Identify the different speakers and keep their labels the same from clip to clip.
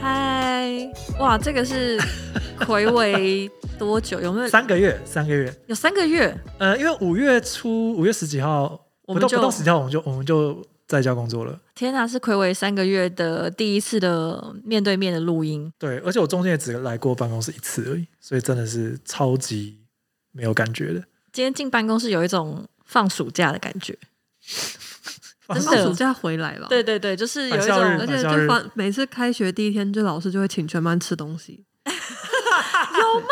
Speaker 1: 嗨，哇，这个 是回违多久？有没有
Speaker 2: 三个月，三个月。
Speaker 1: 有三个月？
Speaker 2: 呃，因为五月初，五月十几号，
Speaker 1: 我
Speaker 2: 不
Speaker 1: 们
Speaker 2: 到
Speaker 1: 就
Speaker 2: 不到十几号，我们就我们就在家工作了。
Speaker 1: 天哪、是回违三个月的第一次的面对面的录音。
Speaker 2: 对，而且我中间也只来过办公室一次而已，所以真的是超级没有感觉的。
Speaker 1: 今天进办公室有一种放暑假的感觉。
Speaker 2: 放
Speaker 1: 真
Speaker 3: 放暑
Speaker 1: 的
Speaker 3: 假回来了，
Speaker 1: 对，对对，就是有一
Speaker 2: 返校日
Speaker 1: 种呃
Speaker 3: 而且
Speaker 2: 假日
Speaker 3: 就放每次开学第一天，就老师就会请全班吃东西， 有吗？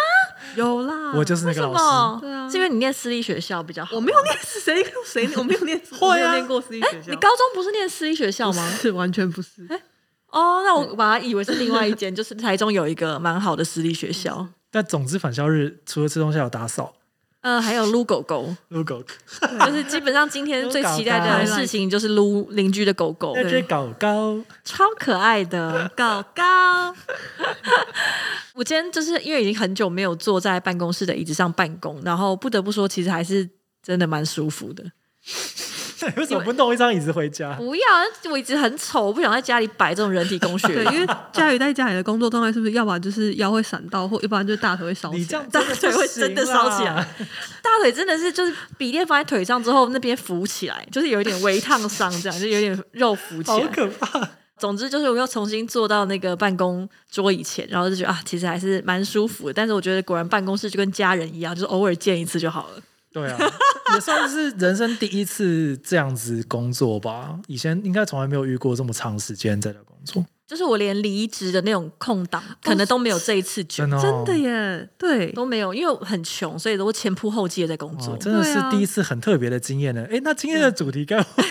Speaker 3: 有啦，
Speaker 2: 我就是那
Speaker 1: 啊为
Speaker 2: 个
Speaker 1: 什
Speaker 2: 老师，
Speaker 1: 么？
Speaker 3: 对啊
Speaker 1: 是因为你念私立学校比较好。
Speaker 3: 我没有念谁谁，我没有念，我没有念过私立学校，
Speaker 1: 你高中不是念私立学校吗？
Speaker 3: 是完全不是，
Speaker 1: 哦，那我把它以为是另外一间，就是台中有一个蛮好的私立学 校。
Speaker 2: 但总之返校日除了吃东西，还有打扫、
Speaker 1: 呃，还有撸狗狗，
Speaker 2: 遛狗，
Speaker 1: 就是基本上今天最期待的事情就是撸邻居的狗狗，
Speaker 2: 那只狗狗。
Speaker 1: 超可爱 的狗狗。我今天就是因为已经很久没有坐在办公室的椅子上办公，然后不得不说，其实还是真的蛮舒服的。
Speaker 2: 为什么不弄一张椅子回家？
Speaker 1: 不要，我椅子很丑，我不想在家里摆这种人体工 学
Speaker 3: 对，。因为佳宇在家里的工作状态是不是，要不然就是腰会闪到，或要不然就是大腿会烧起来。
Speaker 2: 你这样
Speaker 1: 大腿会真的烧起来，大腿真的是就是笔电放在腿上之后，那边浮起来，就是有一点微烫伤，这样就有点肉浮起
Speaker 2: 好
Speaker 1: 来。
Speaker 2: 可怕！
Speaker 1: 总之就是我又重新坐到那个办公桌以前，然后就觉得啊，其实还是蛮舒服的。但是我觉得果然办公室就跟家人一样，就是偶尔见一次就好了。
Speaker 2: 对啊，也算是人生第一次这样子工作吧。以前应该从来没有遇过这么长时间在这工作，
Speaker 1: 就是我连离职的那种空档，可能都没有这一次久，
Speaker 2: 哦真的、哦、
Speaker 3: 真的耶， 对，
Speaker 1: 都没有，因为我很穷，所以都前仆后继的在工作。
Speaker 2: 哦，真的是
Speaker 3: 对啊
Speaker 2: 第一次很特别的经验呢。哎、那今天的主题该不会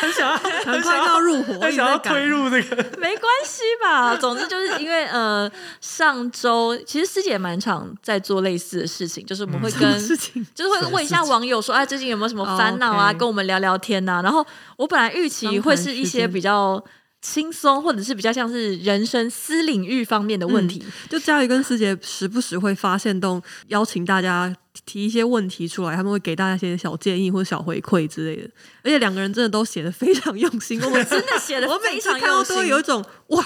Speaker 2: 很想要，很想
Speaker 3: 很快
Speaker 2: 要
Speaker 3: 要，入 伙，
Speaker 2: 很
Speaker 3: 一直
Speaker 2: 想
Speaker 3: 在
Speaker 2: 要
Speaker 3: 赶
Speaker 2: 推入这个。
Speaker 1: 没关系吧，总之就是因为呃，上周其实师姐蛮常在做类似的事情，就是我们会
Speaker 2: 嗯
Speaker 1: 跟、
Speaker 3: 事情。
Speaker 1: 就是会问一下网友说，哎、最近有没有什么烦恼啊
Speaker 3: 哦，OK
Speaker 1: 跟我们聊聊天呐、然后我本来预期会是一些比较轻松，或者是比较像是人生私领域方面的问题。
Speaker 3: 就佳宇跟师姐时不时会发现动邀请大家提一些问题出来，他们会给大家一些小建议或小回馈之类的。而且两个人真的都写的非常用心， 我们
Speaker 1: 真的写的
Speaker 3: 嗯 我每
Speaker 1: 非
Speaker 3: 次
Speaker 1: 常
Speaker 3: 看到
Speaker 1: 用
Speaker 3: 都会
Speaker 1: 心，
Speaker 3: 有一种哇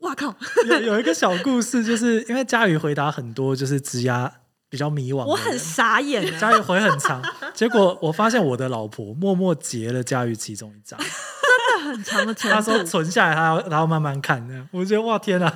Speaker 3: 哇靠，
Speaker 2: 有有一个小故事，就是因为佳宇回答很多，就是职涯比较迷惘的人。
Speaker 1: 我很傻 眼、啊。
Speaker 2: 佳宇回很 长，结果我发现我的老婆默默截了佳宇其中一 张，
Speaker 3: 很长的程
Speaker 2: 她
Speaker 3: 度
Speaker 2: 说。存下来，她要然后慢慢看。这样我觉得哇天啊，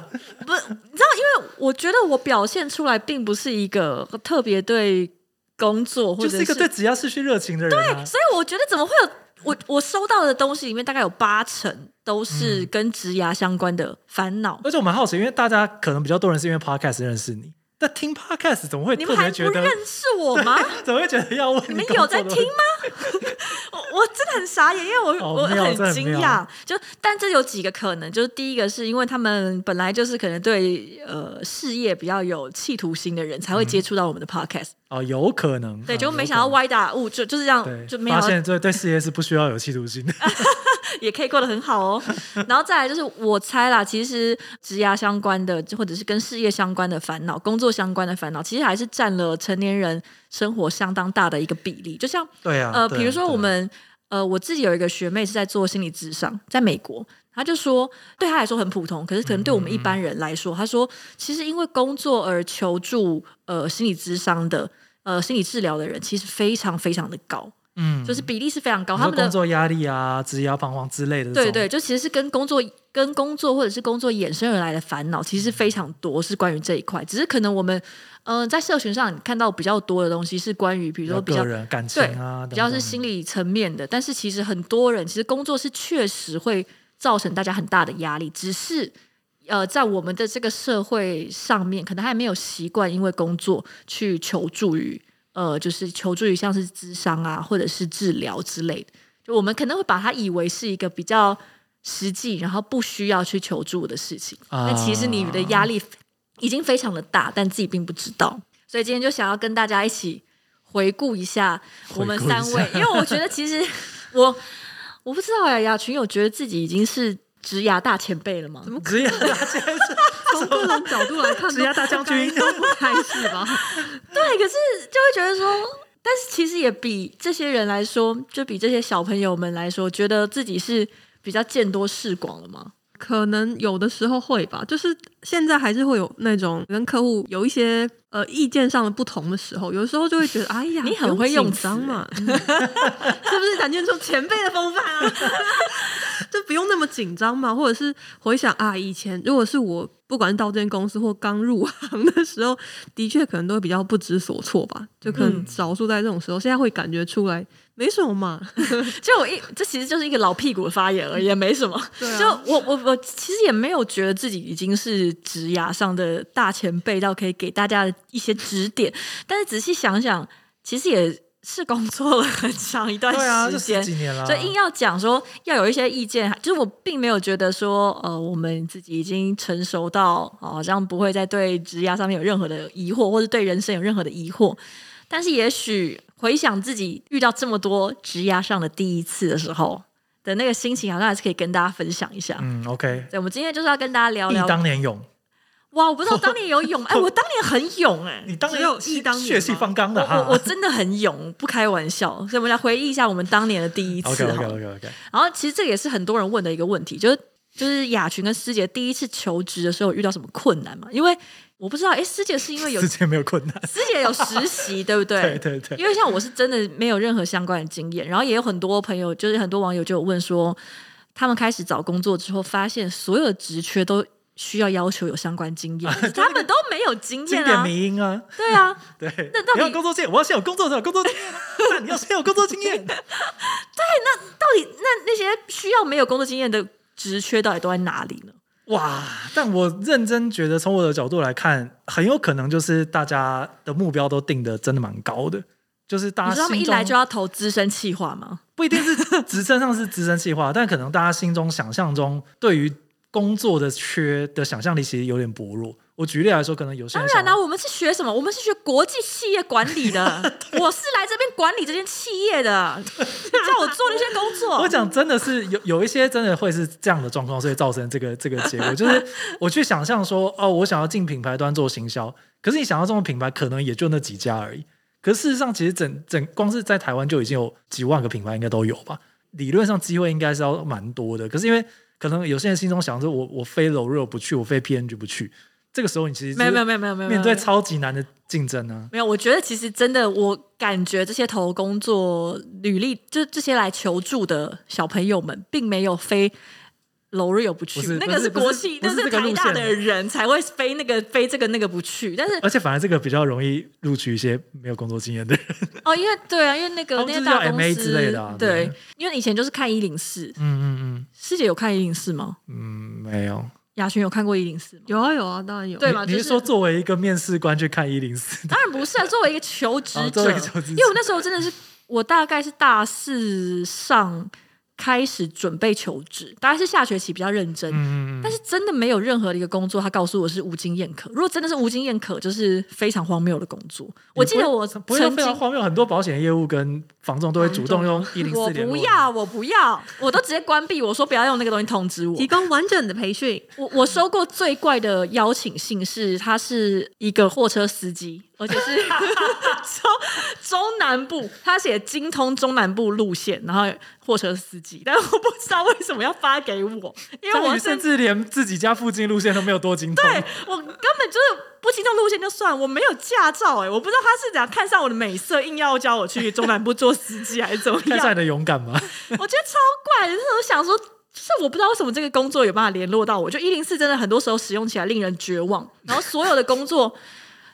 Speaker 1: 不，你知道，因为我觉得我表现出来并不是一个特别对工作或
Speaker 2: 就
Speaker 1: 者
Speaker 2: 是一个对职涯失去热情的人、啊。
Speaker 1: 所以我觉得怎么会有我我收到的东西里面大概有八成都是跟职涯相关的烦恼。
Speaker 2: 而且我蛮好奇，因为大家可能比较多人是因为 podcast 认识你，但听 podcast 怎么会
Speaker 1: 你
Speaker 2: 特
Speaker 1: 们还
Speaker 2: 别
Speaker 1: 不
Speaker 2: 觉得
Speaker 1: 认？识我吗？
Speaker 2: 怎么会觉得要问
Speaker 1: 你们
Speaker 2: 工
Speaker 1: 有
Speaker 2: 作
Speaker 1: 在
Speaker 2: 的
Speaker 1: 听
Speaker 2: 问题？
Speaker 1: 吗？ 我我真的很傻眼，因为我、
Speaker 2: 哦
Speaker 1: 我
Speaker 2: 没有
Speaker 1: 很
Speaker 2: 真的
Speaker 1: 惊
Speaker 2: 没有
Speaker 1: 讶。就但这有几个可能，就是第一个是因为他们本来就是可能对呃事业比较有企图心的人才会接触到我们的 podcast，、
Speaker 2: 哦，有可能。
Speaker 1: 对，
Speaker 2: 嗯
Speaker 1: 就没想到。歪打误就就是这
Speaker 2: 有可
Speaker 1: 样，
Speaker 2: 能
Speaker 1: 就
Speaker 2: 对，
Speaker 1: 没有啊
Speaker 2: 发现对对事业是不需要有企图心的。
Speaker 1: 也可以过得很好哦。然后再来就是我猜啦，其实职涯相关的，或者是跟事业相关的烦恼、工作相关的烦恼，其实还是占了成年人生活相当大的一个比例。就像
Speaker 2: 对啊
Speaker 1: 呃，
Speaker 2: 对啊
Speaker 1: 比如说
Speaker 2: 对啊
Speaker 1: 我们呃，我自己有一个学妹是在做心理智商，在美国，她就说对她来说很普通，可是可能对我
Speaker 2: 嗯
Speaker 1: 们一般人来说，她说其实因为工作而求助呃心理智商的呃心理治疗的人，其实非常非常的高，
Speaker 2: 嗯，
Speaker 1: 就是比例是非常高，
Speaker 2: 你
Speaker 1: 他
Speaker 2: 说
Speaker 1: 们的
Speaker 2: 工作压力啊、职业彷徨之类的这
Speaker 1: 对
Speaker 2: 种，
Speaker 1: 对，就其实是跟工作、跟工作或者是工作衍生而来的烦恼，其实非常多，是关于这一块。只是可能我们，嗯、在社群上看到比较多的东西是关于，比
Speaker 2: 比
Speaker 1: 如说比
Speaker 2: 个
Speaker 1: 较
Speaker 2: 人感情
Speaker 1: 对
Speaker 2: 啊，
Speaker 1: 比较是
Speaker 2: 心
Speaker 1: 心理层面的，但是其实很多人其实工作是确实会造成大家很大的压力，只是呃，在我们的这个社会上面，可能还没有习惯因为工作去求助于呃，就是求助于像是智商啊，或者是治疗之类的，就我们可能会把它以为是一个比较实际，然后不需要去求助的事情，
Speaker 2: 啊
Speaker 1: 但其实你的压力已经非常的大，但自己并不知道，所以今天就想要跟大家一起。回顾一下我们
Speaker 2: 回顾一
Speaker 1: 三
Speaker 2: 下
Speaker 1: 位， 因为我觉得其实我我不知道哎，雅群有觉得自己已经是职涯大前辈了吗？
Speaker 2: 职业大 先生
Speaker 3: 从各种角度来看，
Speaker 2: 职业大将军
Speaker 3: 都不该是吧？
Speaker 1: 对，可是就会觉得说，但是其实也比这些人来说，就比这些小朋友们来说，觉得自己是比较见多识广了吗？
Speaker 3: 可能有的时候会吧，就是现在还是会有那种跟客户有一些呃意见上的不同的时候，有的时候就会觉得，哎呀，
Speaker 1: 你很
Speaker 3: 不用
Speaker 1: 会用
Speaker 3: 紧
Speaker 1: 词
Speaker 3: 张嘛，嗯是不是展现出前辈的风范啊？ 就不用那么紧张嘛，或者是回想啊，以前如果是我，不管是到这间公司或刚入行的时候，的确可能都会比较不知所措吧，就可能
Speaker 1: 嗯
Speaker 3: 少数在这种时候，现在会感觉出来没什么嘛，
Speaker 1: 就我一，这其实就是一个老屁股的发言而已，也没什么。
Speaker 3: 对啊
Speaker 1: 就我我我其实也没有觉得自己已经是职涯上的大前辈到可以给大家一些指点，但是仔细想想，其实也是工作了很长一段
Speaker 2: 对啊，
Speaker 1: 时
Speaker 2: 这
Speaker 1: 间
Speaker 2: 十。几年了，
Speaker 1: 所以硬要讲说要有一些意见，就是我并没有觉得说，呃，我们自己已经成熟到哦好像不会再对职涯上面有任何的疑惑，或者对人生有任何的疑惑。但是也许回想自己遇到这么多职涯上的第一次的时候的那个心情，好像还是可以跟大家分享一下。
Speaker 2: 嗯，OK，
Speaker 1: 对，我们今天就是要跟大家聊
Speaker 2: 忆
Speaker 1: 聊。
Speaker 2: 当年勇，
Speaker 1: 哇，我不知道当年有勇，哎，我当年很勇哎、
Speaker 2: 你当年
Speaker 3: 只有忆当年
Speaker 2: 血气
Speaker 3: 吗
Speaker 2: 方刚
Speaker 1: 我
Speaker 2: 的哈
Speaker 1: 我我真的很勇，不开玩笑。所以我们来回忆一下我们当年的第一
Speaker 2: ，OK
Speaker 1: 次啊
Speaker 2: OK
Speaker 1: 好了
Speaker 2: OK OK，
Speaker 1: 然后其实这也是很多人问的一个问题，就是就是雅群跟师姐第一次求职的时候有遇到什么困难嘛？因为我不知道，哎，师姐是因 为有
Speaker 2: 之
Speaker 1: 师
Speaker 2: 前没有困难，
Speaker 1: 姐有实 习，对不对？
Speaker 2: 对对对，
Speaker 1: 因为像我是真的没有任何相关的经验，然后也有很多朋友，就是很多网友就有问说，他们开始找工作之后，发现所有的职缺都需要要求有相关经验， 可是他们都没有经验
Speaker 2: 经典
Speaker 1: 啊，
Speaker 2: 名音啊，
Speaker 1: 对啊，
Speaker 2: 对，
Speaker 1: 那到底
Speaker 2: 你要工作经验，我要先有工作才有工作 经验啊，那你要先有工作经验，
Speaker 1: 到底那那些需要没有工作经验的职缺到底都在哪里呢？
Speaker 2: 哇！但我认真觉得，从我的角度来看，很有可能就是大家的目标都定的真的蛮高的，就是大
Speaker 1: 你
Speaker 2: 家
Speaker 1: 知道他们
Speaker 2: 心
Speaker 1: 一
Speaker 2: 中
Speaker 1: 来就要投资深企划吗？
Speaker 2: 不一定是职称上是职称计划，但可能大家心中想象中对于工作的缺的想象力其实有点薄弱。我举例来说，可能有些
Speaker 1: 当
Speaker 2: 人
Speaker 1: 然啦、
Speaker 2: 想要啊
Speaker 1: 我们是学什么？我们是学国际企业管理 的。我是来这边管理这间企业的，你叫我做那些工
Speaker 2: 我
Speaker 1: 作，
Speaker 2: 讲真的是有有一些真的会是这样的状况，所以造成这个 这个结果，就是我去想象说，哦，我想要进品牌端做行销，可是你想要这种品牌，可能也就那几家而已。可是事实上，其实整整光是在台湾就已经有几万个品牌，应该都有吧。理论上机会应该是要蛮多的，可是因为可能有些人心中想说我，我非柔弱不去，我非 PNG 不去，这个时候你其实就是
Speaker 1: 没有没有没有没有没有
Speaker 2: 面对
Speaker 1: 没有
Speaker 2: 超级难的竞争啊呢、
Speaker 1: 没有。我觉得其实真的，我感觉这些投工作履历，就这些来求助的小朋友们，并没有非。柔弱不去
Speaker 2: 不是，
Speaker 1: 那
Speaker 2: 不
Speaker 1: 个
Speaker 2: 是
Speaker 1: 是
Speaker 2: 不是
Speaker 1: 国系，
Speaker 2: 不
Speaker 1: 那
Speaker 2: 是
Speaker 1: 是
Speaker 2: 这个
Speaker 1: 台
Speaker 2: 路
Speaker 1: 大
Speaker 2: 线
Speaker 1: 的
Speaker 2: 的
Speaker 1: 人才会非那个非这个那个不去。但是
Speaker 2: 而且反而这个比较容易录取一些没有工作经验的人。
Speaker 1: 哦，因为对啊，因为那个
Speaker 2: 他
Speaker 1: 那
Speaker 2: 们
Speaker 1: 些
Speaker 2: 就是
Speaker 1: 大
Speaker 2: 叫
Speaker 1: 公
Speaker 2: MA
Speaker 1: 司
Speaker 2: 之类的啊
Speaker 1: 对
Speaker 2: 对，
Speaker 1: 因为以前就是看一零四，
Speaker 2: 嗯嗯
Speaker 1: 师姐有看一零四吗？
Speaker 2: 嗯嗯，没有。
Speaker 1: 雅群有看过一零四吗？
Speaker 3: 有啊有啊，当然有，
Speaker 1: 对嘛
Speaker 2: 你
Speaker 1: 就
Speaker 2: 你是
Speaker 1: 是
Speaker 2: 说作为一个面试官去看一零 四？
Speaker 1: 当然不 是啊，作为一个求职
Speaker 2: 哦
Speaker 1: 者，
Speaker 2: 作为一个求职者
Speaker 1: 因为我那时候真的是，我大概是大四上开始准备求职，大概是下学期比较认真，
Speaker 2: 嗯，
Speaker 1: 但是真的没有任何的一个工作，他告诉我是无经验可。如果真的是无经验可，就是非常荒谬的工作。我记得我曾
Speaker 2: 不会
Speaker 1: 经
Speaker 2: 非常荒谬，很多保险业务跟房仲都会主动用一零
Speaker 1: 我
Speaker 2: 四联络
Speaker 1: 不
Speaker 2: 你
Speaker 1: 要，，我不要，我都直接关闭。我说不要用那个东西通知我。
Speaker 3: 提供完整的培训，
Speaker 1: 我我收过最怪的邀请信是，他是一个货车司机，而且 是中中南部，他写精通中南部路线，然后货车司机，但我不知道为什么要发给我，因为
Speaker 2: 章
Speaker 1: 我
Speaker 2: 鱼
Speaker 1: 是
Speaker 2: 甚至连自己家附近路线都没有多精通。
Speaker 1: 对我根本就是不精通路线就算，我没有驾照哎、我不知道他是怎样看上我的美色，硬要叫我去中南部做司机还是怎么
Speaker 2: 看
Speaker 1: 样
Speaker 2: 上，你的勇敢吗？
Speaker 1: 我觉得超怪的，那时候想说，就是我不知道为什么这个工作有办法联络到我。就一零四真的很多时候使用起来令人绝望，然后所有的工作。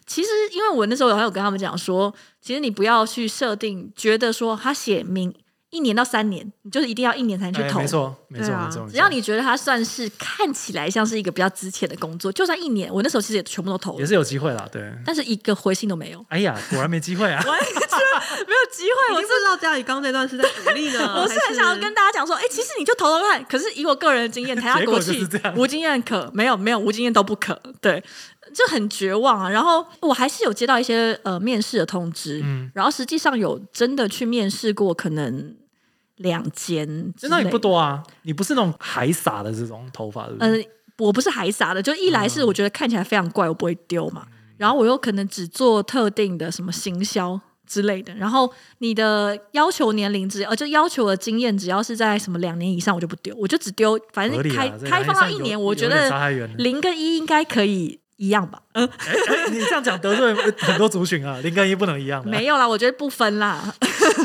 Speaker 1: 其实，因为我那时候还有跟他们讲说，其实你不要去设定，觉得说他写明一年到三年，你就是一定要一年才能去
Speaker 2: 哎
Speaker 1: 投。
Speaker 2: 没错，没错，
Speaker 3: 对啊
Speaker 2: 没错。没错
Speaker 1: 只要你觉得他算是看起来像是一个比较值钱的工作，就算一年，我那时候其实也全部都投
Speaker 2: 也
Speaker 1: 了，
Speaker 2: 是有机会啦，对。
Speaker 1: 但是一个回信都没有，
Speaker 2: 哎呀，果然没机会啊！
Speaker 1: 完全没有机会。
Speaker 3: 我
Speaker 1: 我
Speaker 3: 不知道家里刚那段是在鼓励
Speaker 2: 哦
Speaker 3: 呢，
Speaker 1: 我是很想要跟大家讲说，哎、其实你就投投看。可是以我个人的 经验，台下国
Speaker 2: 结
Speaker 1: 际
Speaker 2: 果就是这样
Speaker 1: 无经验可没有没有无经验都不可，对，就很绝望啊。然后我还是有接到一些呃面试的通知，
Speaker 2: 嗯
Speaker 1: 然后实际上有真的去面试过，可能两间之
Speaker 2: 真
Speaker 1: 类的，
Speaker 2: 的你不多啊，你不是那种海撒的这种头发，对不对
Speaker 1: 嗯、我不是还傻的，就一来
Speaker 2: 嗯
Speaker 1: 是我觉得看起来非常怪，我不会丢嘛，然后我又可能只做特定的什么行销之类的。然后你的要求年龄只呃，就要求的经验，只要是在什么两年以上，我就不丢，我就只丢，反
Speaker 2: 合
Speaker 1: 正
Speaker 2: 理
Speaker 1: 开、
Speaker 2: 啊，这
Speaker 1: 开放
Speaker 2: 哪
Speaker 1: 到
Speaker 2: 里
Speaker 1: 一
Speaker 2: 算
Speaker 1: 年，
Speaker 2: 有
Speaker 1: 我觉
Speaker 2: 有点差
Speaker 1: 得
Speaker 2: 太远了。
Speaker 1: 零跟一应该可以一样吧？嗯，
Speaker 2: 哎哎，你这样讲得罪 很多族群啊，零跟一不能一样的。
Speaker 1: 没有啦，我觉得不分啦，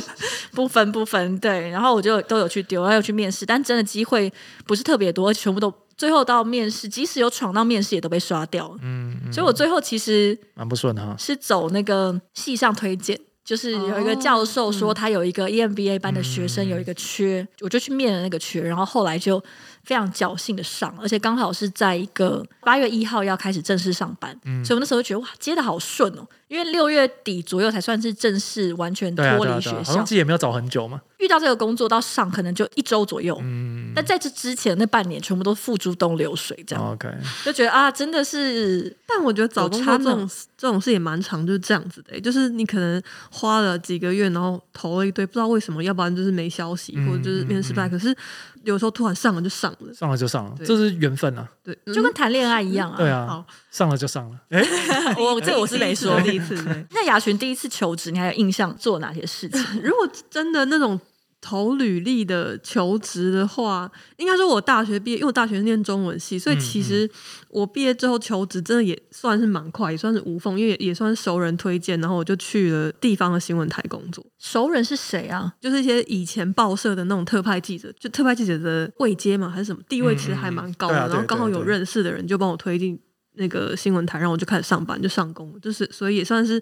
Speaker 1: 不分不分。对，然后我就都有去丢，还有去面试，但真的机会不是特别多，而且全部都最后到面试，即使有闯到面试，也都被刷掉了。
Speaker 2: 嗯，嗯
Speaker 1: 所以我最后其实
Speaker 2: 蛮不顺的哈。
Speaker 1: 是走那个系上推荐，就是
Speaker 2: 哦
Speaker 1: 有一个教授
Speaker 2: 嗯
Speaker 1: 说他有一个 E EMBA 班的学生有一个缺，我就去面了那个缺，然后后来就非常侥幸的上，而且刚好是在一个八月一号要开始正式上班，
Speaker 2: 嗯
Speaker 1: 所以我那时候就觉得哇接的好顺哦，因为六月底左右才算是正式完全
Speaker 2: 对啊，
Speaker 1: 脱
Speaker 2: 对啊，
Speaker 1: 离
Speaker 2: 对啊
Speaker 1: 学
Speaker 2: 好
Speaker 1: 校，
Speaker 2: 像自己也没有找很久嘛。
Speaker 1: 遇到这个工作到上可能就一周左右，
Speaker 2: 嗯
Speaker 1: 但在这之前那半年全部都付诸东流水，这样、
Speaker 2: 哦，OK，
Speaker 1: 就觉得啊真的是
Speaker 3: 但我觉得找工
Speaker 1: 有差
Speaker 3: 作
Speaker 1: 呢
Speaker 3: 这种这种事也蛮长，就是这样子的欸、就是你可能花了几个月，然后投了一堆，不知道为什么，要不然就是没消息，
Speaker 2: 嗯
Speaker 3: 或者就是面试失败。可是有时候突然上了就上了，
Speaker 2: 上了就上了，
Speaker 3: 对
Speaker 2: 这是缘分啊。
Speaker 3: 对，
Speaker 1: 就跟谈恋爱一样啊，
Speaker 2: 对
Speaker 3: 嗯
Speaker 2: 啊
Speaker 3: 好，
Speaker 2: 上了就上了。哎，
Speaker 1: 我这个我是没说，
Speaker 3: 第一次。第一次对
Speaker 1: 那雅群第一次求职，你还有印象做哪些事情？
Speaker 3: 如果真的那种投履历的求职的话，应该说我大学毕业，因为我大学是念中文系，所以
Speaker 2: 嗯
Speaker 3: 其实我毕业之后求职真的也算是蛮快，也算是无缝，因为也也算是熟人推荐，然后我就去了地方的新闻台工作。
Speaker 1: 熟人是谁啊？
Speaker 3: 就是一些以前报社的那种特派记者，就特派记者的位阶嘛，还是什么地位，其实还蛮高的。
Speaker 2: 嗯嗯嗯对啊
Speaker 3: 然后刚好
Speaker 2: 对对
Speaker 3: 有
Speaker 2: 对
Speaker 3: 认识的人就帮我推进那个新闻台，然后我就开始上班，就上工了，就是所以也算是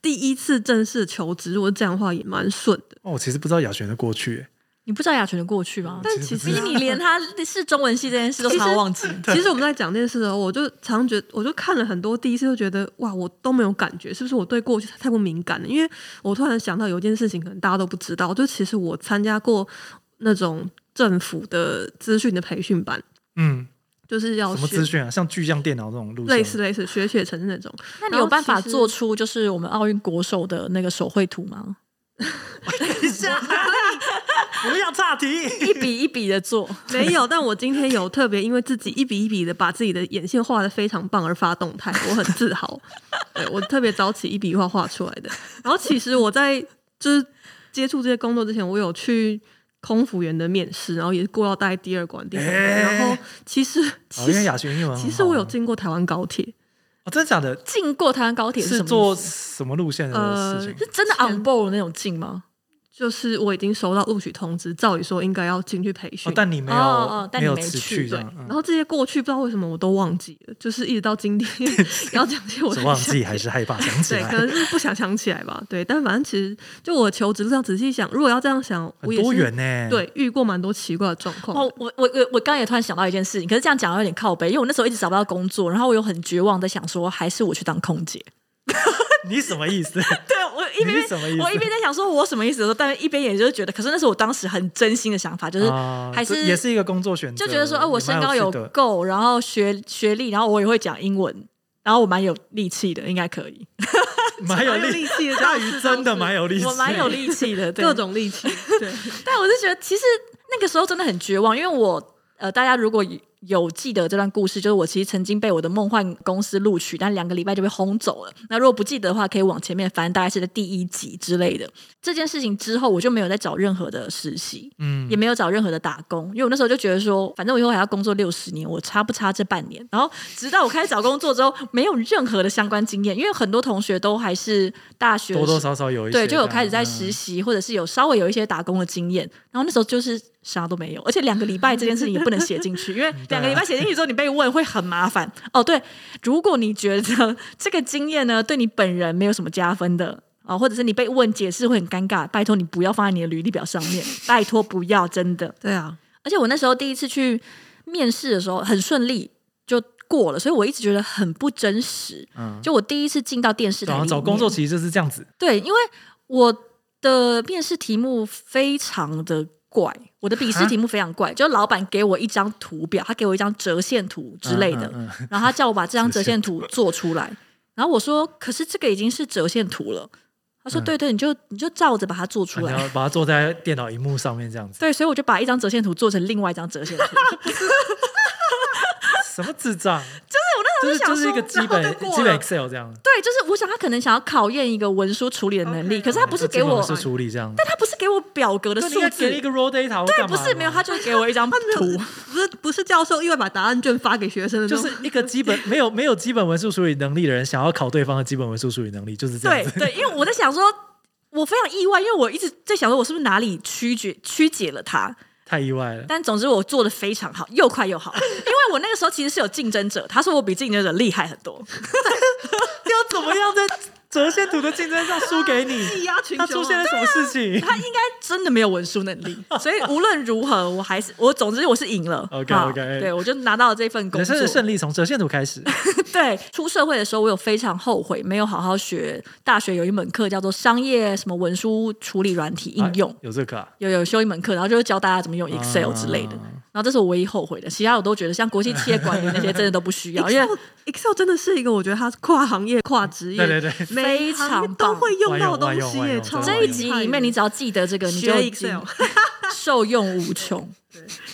Speaker 3: 第一次正式求职。如果这样的话，也蛮顺的。
Speaker 2: 哦，我其实不知道雅璇的过去。哎
Speaker 1: 你不知道雅群的过去吗？
Speaker 3: 但
Speaker 2: 其
Speaker 3: 其
Speaker 2: 实
Speaker 3: 实
Speaker 1: 毕竟你 连他是中文系这件事都常常忘记。
Speaker 3: 其实我们在讲这件事的时候，我就常觉我就看了很多，第一次就觉得哇，我都没有感觉，是不是我对过去太不敏感了？因为我突然想到有一件事情，可能大家都不知道，就其实我参加过那种政府的资讯的培训班，
Speaker 2: 嗯，
Speaker 3: 就是要
Speaker 2: 什么
Speaker 3: 学
Speaker 2: 资讯啊？像巨匠电脑这种路线吗，
Speaker 3: 类似类似学写成那种，
Speaker 1: 那你有办法做出就是我们奥运国手的那个手绘图吗？
Speaker 2: 不要岔题。
Speaker 1: 一笔一笔的做，
Speaker 3: 没有，但我今天有特别因为自己一笔一笔的把自己的眼线画的非常棒而发动态，我很自 豪。对我特别早起一笔一画画出来的。然后其实我在就是接触这些工作之前，我有去空服员的面试，然后也是过到大概第二关、第三关。
Speaker 2: 哎
Speaker 3: 然后其实
Speaker 2: 哦，
Speaker 3: 其
Speaker 2: 因为
Speaker 3: 实、
Speaker 2: 雅璇英文很好啊，
Speaker 3: 其实我有进过台湾高铁，
Speaker 2: 哦，真的假的？
Speaker 1: 进过台湾高铁是
Speaker 2: 是
Speaker 1: 什么意思呃
Speaker 2: 做什么路线的事情？
Speaker 1: 是真的 on board 那种进吗？
Speaker 3: 就是我已经收到录取通知，照理说应该要进去培训。
Speaker 2: 哦，但你没有，
Speaker 1: 哦哦但
Speaker 2: 没
Speaker 1: 你
Speaker 2: 有
Speaker 1: 没
Speaker 2: 辞
Speaker 1: 去
Speaker 2: 去这
Speaker 3: 对
Speaker 2: 样，，
Speaker 3: 然
Speaker 2: 嗯
Speaker 3: 后这些过去不知道为什么我都忘记了，就是一直到 今天要讲这些我
Speaker 2: 是
Speaker 3: 才
Speaker 2: 忘
Speaker 3: 想
Speaker 2: 记还是害怕想起
Speaker 3: 对，
Speaker 2: 来
Speaker 3: 可？能是不想想起来吧。 对，但反正其实就我求职路上仔细想，如果要这样想，我
Speaker 2: 很
Speaker 3: 也
Speaker 2: 多
Speaker 3: 是
Speaker 2: 元呢。
Speaker 3: 对遇过蛮多奇怪的状况。
Speaker 1: 哦，我我我我刚刚也突然想到一件事情，可是这样讲有点靠背，因为我那时候一直找不到工作，然后我又很绝望的想说，还是我去当空姐。
Speaker 2: 你什么 意思？
Speaker 1: 对我一
Speaker 2: 你
Speaker 1: 边
Speaker 2: 是什么意思
Speaker 1: 我一边在想说我什么意思的时候，但一边也就是觉得，可是那是我当时很真心的想法，就是
Speaker 2: 啊
Speaker 1: 还
Speaker 2: 这
Speaker 1: 是、
Speaker 2: 也是一个工作选择，
Speaker 1: 就觉得说，哎、我
Speaker 2: 也蛮
Speaker 1: 身高
Speaker 2: 有
Speaker 1: 有
Speaker 2: 趣的
Speaker 1: 够，然后学学历，然后我也会讲英文，然后我蛮有力气的，应该可以，
Speaker 2: 蛮 有
Speaker 3: 蛮有
Speaker 2: 力
Speaker 3: 力 气的
Speaker 2: 大
Speaker 3: 倒
Speaker 2: 鱼
Speaker 3: 是
Speaker 2: 真的
Speaker 3: 倒是
Speaker 2: 蛮有力气，
Speaker 1: 我蛮有力气 的，对
Speaker 3: 各。种力气，对，
Speaker 1: 但我是觉得，其实那个时候真的很绝望，因为我呃，大家如果有记得这段故事，就是我其实曾经被我的梦幻公司录取，但两个礼拜就被轰走了。那如果不记得的话，可以往前面翻，大概是在第一集之类的。这件事情之后，我就没有再找任何的实习，
Speaker 2: 嗯
Speaker 1: 也没有找任何的打工，因为我那时候就觉得说，反正我以后还要工作六十年，我差不差这半年？然后直到我开始找工作之后，没有任何的相关经验，因为很多同学都还是大学
Speaker 2: 多多少少有一些这
Speaker 1: 对，
Speaker 2: 样，
Speaker 1: 就有开始在实
Speaker 2: 嗯
Speaker 1: 习，或者是有稍微有一些打工的经验。然后那时候就是啥都没有，而且两个礼拜这件事情也不能写进去，因为两个礼拜写进去之后你被问会很麻烦。哦，对，如果你觉得这个经验呢对你本人没有什么加分的。啊、或者是你被问解释会很尴尬，拜托你不要放在你的履历表上面，拜托不要，真的。
Speaker 3: 对啊，
Speaker 1: 而且我那时候第一次去面试的时候很顺利就过了，所以我一直觉得很不真实。
Speaker 2: 嗯，
Speaker 1: 就我第一次进到电视台
Speaker 2: 然后
Speaker 1: 里
Speaker 2: 啊找工
Speaker 1: 面
Speaker 2: 作其实就是这样子，
Speaker 1: 对，因为我的面试题目非常的怪，我的笔试题目非常怪，就是老板给我一张图表，他给我一张折线图之类的，
Speaker 2: 嗯嗯嗯
Speaker 1: 然后他叫我把这张
Speaker 2: 折
Speaker 1: 折
Speaker 2: 线
Speaker 1: 线图做出来，然后我说，可是这个已经是折线图了，他说，
Speaker 2: 嗯啊
Speaker 1: 对对，你就你就照着把它做出
Speaker 2: 你
Speaker 1: 来。
Speaker 2: 要把它坐在电脑荧幕上面这样子，
Speaker 1: 对，所以我就把一张折线图做成另外一张折线图，
Speaker 2: 什么智障？这是
Speaker 1: 想
Speaker 2: 这是一
Speaker 1: 说
Speaker 2: 个基
Speaker 3: 然后
Speaker 2: 本
Speaker 3: 就过
Speaker 2: 基本
Speaker 3: 了
Speaker 2: Excel 这样。
Speaker 1: 对，就是我想他可能想要考验一个文书处理的能力
Speaker 3: OK，
Speaker 1: 可是他不是
Speaker 2: 嗯就
Speaker 1: 给我，
Speaker 2: 是处理这样。
Speaker 1: 但他不是给我表格的
Speaker 2: 对你
Speaker 1: 数
Speaker 2: 应该给了一
Speaker 1: 字，
Speaker 2: 个 raw data，或
Speaker 1: 对，
Speaker 2: 干
Speaker 1: 不
Speaker 2: 嘛
Speaker 1: 是
Speaker 2: 的
Speaker 1: 没有，
Speaker 2: 吗
Speaker 1: 他就给我一 张图，
Speaker 3: 不是不是教授，因为把答案卷发给学生的
Speaker 2: 就
Speaker 3: 那种，
Speaker 2: 是一个 基本没有没有基本文书处理能力的人，想要考对方的基本文书处理能力，就是这样
Speaker 1: 对
Speaker 2: 子。
Speaker 1: 对，因为我在想说，我非常意外，因为我一直在想说，我是不是哪里曲解曲解了他？
Speaker 2: 太意外了，
Speaker 1: 但总之我做的非常好，又快又好，因为我那个时候其实是有竞争者，他说我比竞争者厉害很多，
Speaker 2: 要怎么样在折线图的竞争上输给
Speaker 3: 力
Speaker 2: 你？
Speaker 3: 压群雄、
Speaker 2: 他
Speaker 3: 啊。
Speaker 2: 出现了什么事情
Speaker 1: 他应该真的没有文书能力，所以无论如何，我还是我总之我是赢了。
Speaker 2: OK，OK
Speaker 1: 啊对我就拿到了这份工
Speaker 2: 人
Speaker 1: 作
Speaker 2: 生。的胜利从折线图开始。
Speaker 1: 对，出社会的时候，我有非常后悔没有好好学大学有一门课叫做商业什么文书处理软体应用
Speaker 2: 哎，有这个啊
Speaker 1: 有有修一门课，然后就是教大家怎么用 Excel 之类的。
Speaker 2: 啊
Speaker 1: 然后这是我唯一后悔的，其他我都觉得像国际企业管理那些真的都不需 要，因为
Speaker 3: Excel Excel 真的是一个我觉得它跨行业、跨职业，
Speaker 2: 对对对
Speaker 3: 每一行业都会用到的东西
Speaker 2: 万用万
Speaker 3: 耶。
Speaker 2: 用
Speaker 3: 超
Speaker 2: 万用
Speaker 1: 这一集里面你只要记得这个，你就
Speaker 3: 学
Speaker 1: 已经
Speaker 3: Excel
Speaker 1: 受用无穷。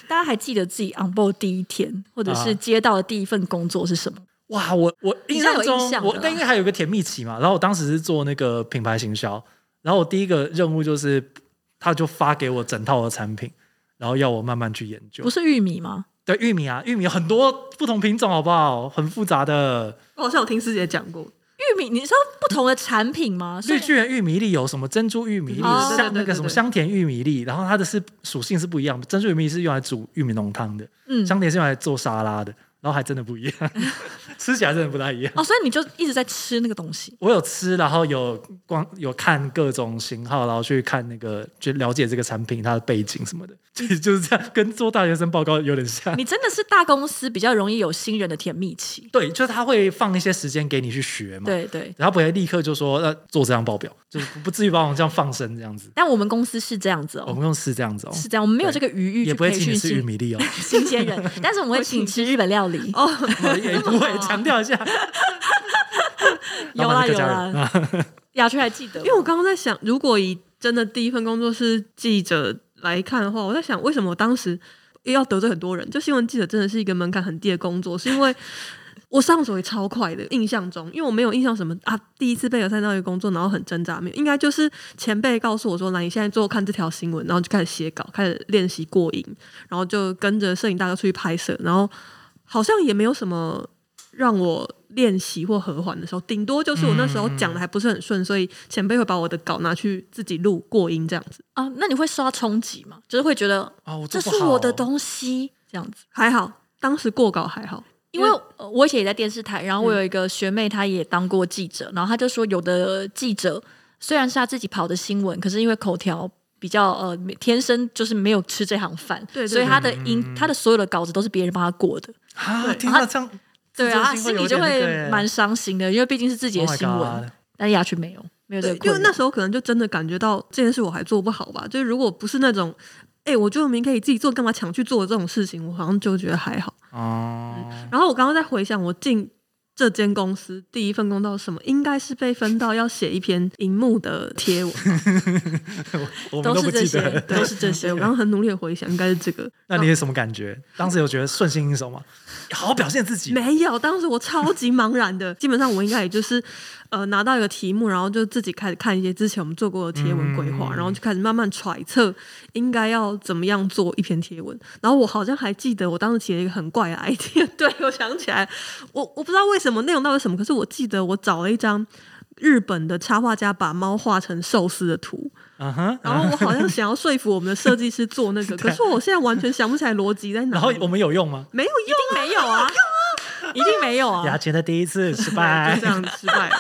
Speaker 1: 大家还记得自己 on board 第一天，或者是
Speaker 2: 啊
Speaker 1: 接到的第一份工作是什么？
Speaker 2: 哇，我我印象
Speaker 1: 比较有
Speaker 2: 中，
Speaker 1: 印象的啊
Speaker 2: 我
Speaker 1: 啦
Speaker 2: 但应该还有一个甜蜜期嘛。然后我当时是做那个品牌行销，然后我第一个任务就是，他就发给我整套的产品，然后要我慢慢去研究
Speaker 1: 不。是玉米吗？
Speaker 2: 对，玉米啊，玉米有很多不同品种，好不好？很复杂的。
Speaker 3: 我好像有听师姐讲过，
Speaker 1: 玉米，你说不同的产品吗？所以
Speaker 2: 绿巨人玉米粒有什么珍珠玉米粒、
Speaker 1: 哦
Speaker 2: 香
Speaker 3: 对对对
Speaker 2: 那个什么
Speaker 3: 对
Speaker 2: 香甜玉米粒，然后它的是属性是不一样的。珍珠玉米粒是用来煮玉米浓汤的，
Speaker 1: 嗯，
Speaker 2: 香甜是用来做沙拉的，然后还真的 不一样，吃起来真的不太一样。
Speaker 1: 哦，所以你就一直在吃那个东西。
Speaker 2: 我有吃，然后有光有看各种型号，然后去看那个去了解这个产品它的背景什么的， 其实就是这样，跟做大学生报告有点像。
Speaker 1: 你真的是大公司比较容易有新人的甜蜜期。
Speaker 2: 对，就是他会放一些时间给你去学嘛，
Speaker 1: 对对，
Speaker 2: 然后不会立刻就说呃做这张报表，就是不不至于把我们这样放生这样子。
Speaker 1: 但我们公司是这样子
Speaker 2: 我
Speaker 1: 哦，
Speaker 2: 们用是这样子哦，
Speaker 1: 是这样，我们没有这
Speaker 2: 对
Speaker 1: 个余裕
Speaker 2: 也
Speaker 1: 去
Speaker 2: 不会
Speaker 1: 培
Speaker 2: 请
Speaker 1: 训
Speaker 2: 你吃玉
Speaker 1: 新
Speaker 2: 米粒哦，
Speaker 1: 新鲜人，但是我们会请吃日本料理。
Speaker 3: 哦，
Speaker 2: 也 不会强调一下。
Speaker 1: 有
Speaker 2: 老
Speaker 1: 啦
Speaker 2: 板的
Speaker 1: 哦有
Speaker 2: 客家人
Speaker 1: 啦， 雅雀还记得吗，
Speaker 3: 因为我刚刚在想，如果以真的第一份工作是记者来看的话，我在想为什么我当时要得罪很多人？就新闻记者真的是一个门槛很低的工作，是因为我上手也超快的，印象中，因为我没有印象什么啊，第一次被有三到一个工作，然后很挣扎，没有，应该就是前辈告诉我说，来，你现在做看这条新闻，然后就开始写稿，开始练习过瘾，然后就跟着摄影大哥出去拍摄，然后好像也没有什么让我练习或和缓的时候，顶多就是我那时候讲的还不是很顺，所以前辈会把我的稿拿去自己录过音这样子，
Speaker 1: 啊，那你会受到冲击吗？就是会觉得
Speaker 2: 啊，我
Speaker 1: 这
Speaker 2: 做不
Speaker 1: 是
Speaker 2: 好
Speaker 1: 我的东西这样子。
Speaker 3: 还好当时过稿还好，
Speaker 1: 因为呃我以前也在电视台，然后我有一个学妹，她也当过记者，然后她就说，有的记者虽然是她自己跑的新闻，可是因为口条比较呃天生就是没有吃这行饭，
Speaker 3: 对对
Speaker 1: 所以她的
Speaker 2: 对
Speaker 1: 音，她的所有的稿子都是别人帮她过的，
Speaker 2: 啊，
Speaker 3: 对
Speaker 2: 听到这样，
Speaker 1: 对啊，她
Speaker 2: 自
Speaker 1: 心
Speaker 2: 尊
Speaker 1: 里
Speaker 2: 心
Speaker 1: 就
Speaker 2: 会有点那个
Speaker 1: 会
Speaker 2: 耶
Speaker 1: 蛮伤心的，因为毕竟是自己的
Speaker 2: Oh my
Speaker 1: 新闻
Speaker 2: God
Speaker 1: 但是雅群没有没有这
Speaker 3: 对
Speaker 1: 个，
Speaker 3: 因为
Speaker 1: 困
Speaker 3: 那
Speaker 1: 扰。
Speaker 3: 时候可能就真的感觉到这件事我还做不好吧，就是如果不是那种，哎、我觉得我明明可以自己做，干嘛抢去做这种事情，我好像就觉得还好。
Speaker 1: 嗯
Speaker 2: 哦，
Speaker 3: 然后我刚刚在回想我进这间公司第一份工作是什么，应该是被分到要写一篇荧幕的贴文，
Speaker 2: 我们
Speaker 1: 都
Speaker 2: 都
Speaker 1: 是
Speaker 2: 不
Speaker 1: 这
Speaker 2: 记
Speaker 1: 些，
Speaker 2: 得。
Speaker 1: 都是这些。
Speaker 3: 对我
Speaker 1: 我
Speaker 3: 刚刚很努力的回想，应该是这个。
Speaker 2: 那你是什么感觉？当时有觉得顺心应手吗？ 好好表现自己，
Speaker 3: 没有，当时我超级茫然的，基本上我应该也就是呃拿到一个题目，然后就自己开始看一些之前我们做过的贴文规划，
Speaker 2: 嗯
Speaker 3: 然后就开始慢慢揣测应该要怎么样做一篇贴文。然后我好像还记得我当时起了一个很怪的 idea，对我想起来，我我不知道为什么内容到底是什么，可是我记得我找了一张。日本的插画家把猫画成寿司的图，
Speaker 2: 嗯哼。
Speaker 3: 然后我好像想要说服我们的设计师 做那个，可是我现在完全想不起来逻辑在哪
Speaker 2: 然
Speaker 3: 里。
Speaker 2: 后我们有用吗？
Speaker 3: 没有用啊，
Speaker 1: 没有 啊，一定没有啊
Speaker 2: 牙。签的第一次失
Speaker 3: 对
Speaker 2: 败
Speaker 3: 就这，样失败了。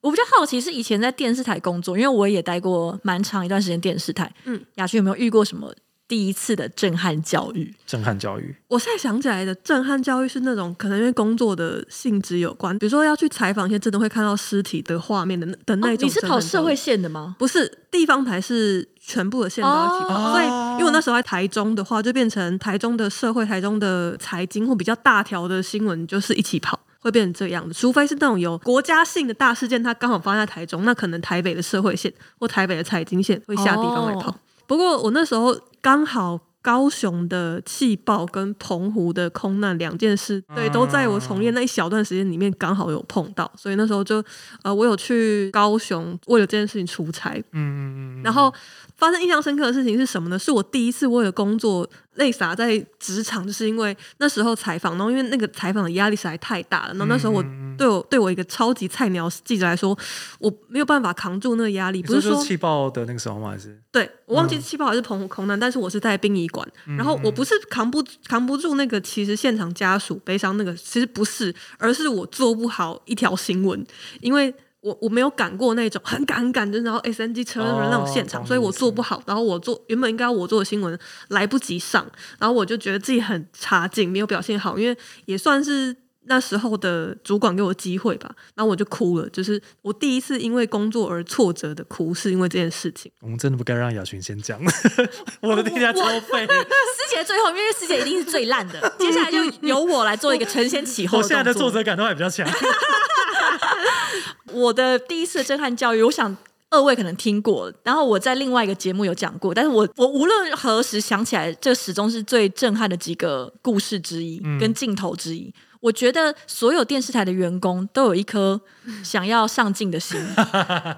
Speaker 1: 我比较好奇是以前在电视台工作，因为我也待过蛮长一段时间电视台。嗯
Speaker 3: 嗯，
Speaker 1: 雅群有没有遇过什么第一次的震撼教育？
Speaker 2: 震撼教育。
Speaker 3: 我现在想起来的震撼教育是那种可能因为工作的性质有关，比如说要去采访一些真的会看到尸体的画面的那的那
Speaker 1: 哦
Speaker 3: 一种、
Speaker 1: 你是跑社会？线的 吗？
Speaker 3: 不是，地方台是全部的线都要去跑，
Speaker 2: 哦
Speaker 3: 所以因为我那时候在台中的话，就变成台中的社会、台中的财经或比较大条的新闻就是一起跑。会变成这样的，除非是那种有国家性的大事件，它刚好发生在台中，那可能台北的社会线或台北的财经线会下地方来跑。
Speaker 1: 哦
Speaker 3: 不过我那时候刚好高雄的气爆跟澎湖的空难两件事，
Speaker 2: 嗯
Speaker 3: 对，都在我从业那一小段时间里面刚好有碰到，所以那时候就呃，我有去高雄为了这件事情出差，
Speaker 2: 嗯嗯嗯嗯，
Speaker 3: 然后发生印象深刻的事情是什么呢？是我第一次为了工作泪洒在职场，就是因为那时候采访，然后因为那个采访的压力实在太大了，然后那时候我
Speaker 2: 嗯嗯嗯
Speaker 3: 对我对我一个超级菜鸟记者来说，我没有办法扛住那个压力，
Speaker 2: 你
Speaker 3: 不是
Speaker 2: 说就
Speaker 3: 说
Speaker 2: 是气爆的那个时候吗？还是
Speaker 3: 对我忘
Speaker 2: 嗯
Speaker 3: 记气泡还是澎湖空难，但是我是在殡仪馆，然后我不是扛不扛不住那个，其实现场家属悲伤那个，其实不是，而是我做不好一条新闻，因为我我没有赶过那种很赶很赶，就是然后 S N G 车
Speaker 2: 哦
Speaker 3: 那种现场，
Speaker 2: 懂
Speaker 3: 所以
Speaker 2: 你
Speaker 3: 我
Speaker 2: 意思
Speaker 3: 做不好，然后我做原本应该我做的新闻来不及上，然后我就觉得自己很差劲，没有表现好，因为也算是那时候的主管给我机会吧，然后我就哭了，就是我第一次因为工作而挫折的哭，是因为这件事情。
Speaker 2: 我们真的不该让雅群先 讲，我的定价超费，
Speaker 1: 师姐最后，因为师姐一定是最烂 的，接下来就由我来做一个承先启后
Speaker 2: 我现在的
Speaker 1: 动
Speaker 2: 挫
Speaker 1: 作
Speaker 2: 折感都还比较强。
Speaker 1: 我的第一次的震撼教育，我想二位可能听过，然后我在另外一个节目有讲过，但是我我无论何时想起来，这始终是最震撼的几个故事之一，
Speaker 2: 嗯
Speaker 1: 跟镜头之一。我觉得所有电视台的员工都有一颗想要上进的心，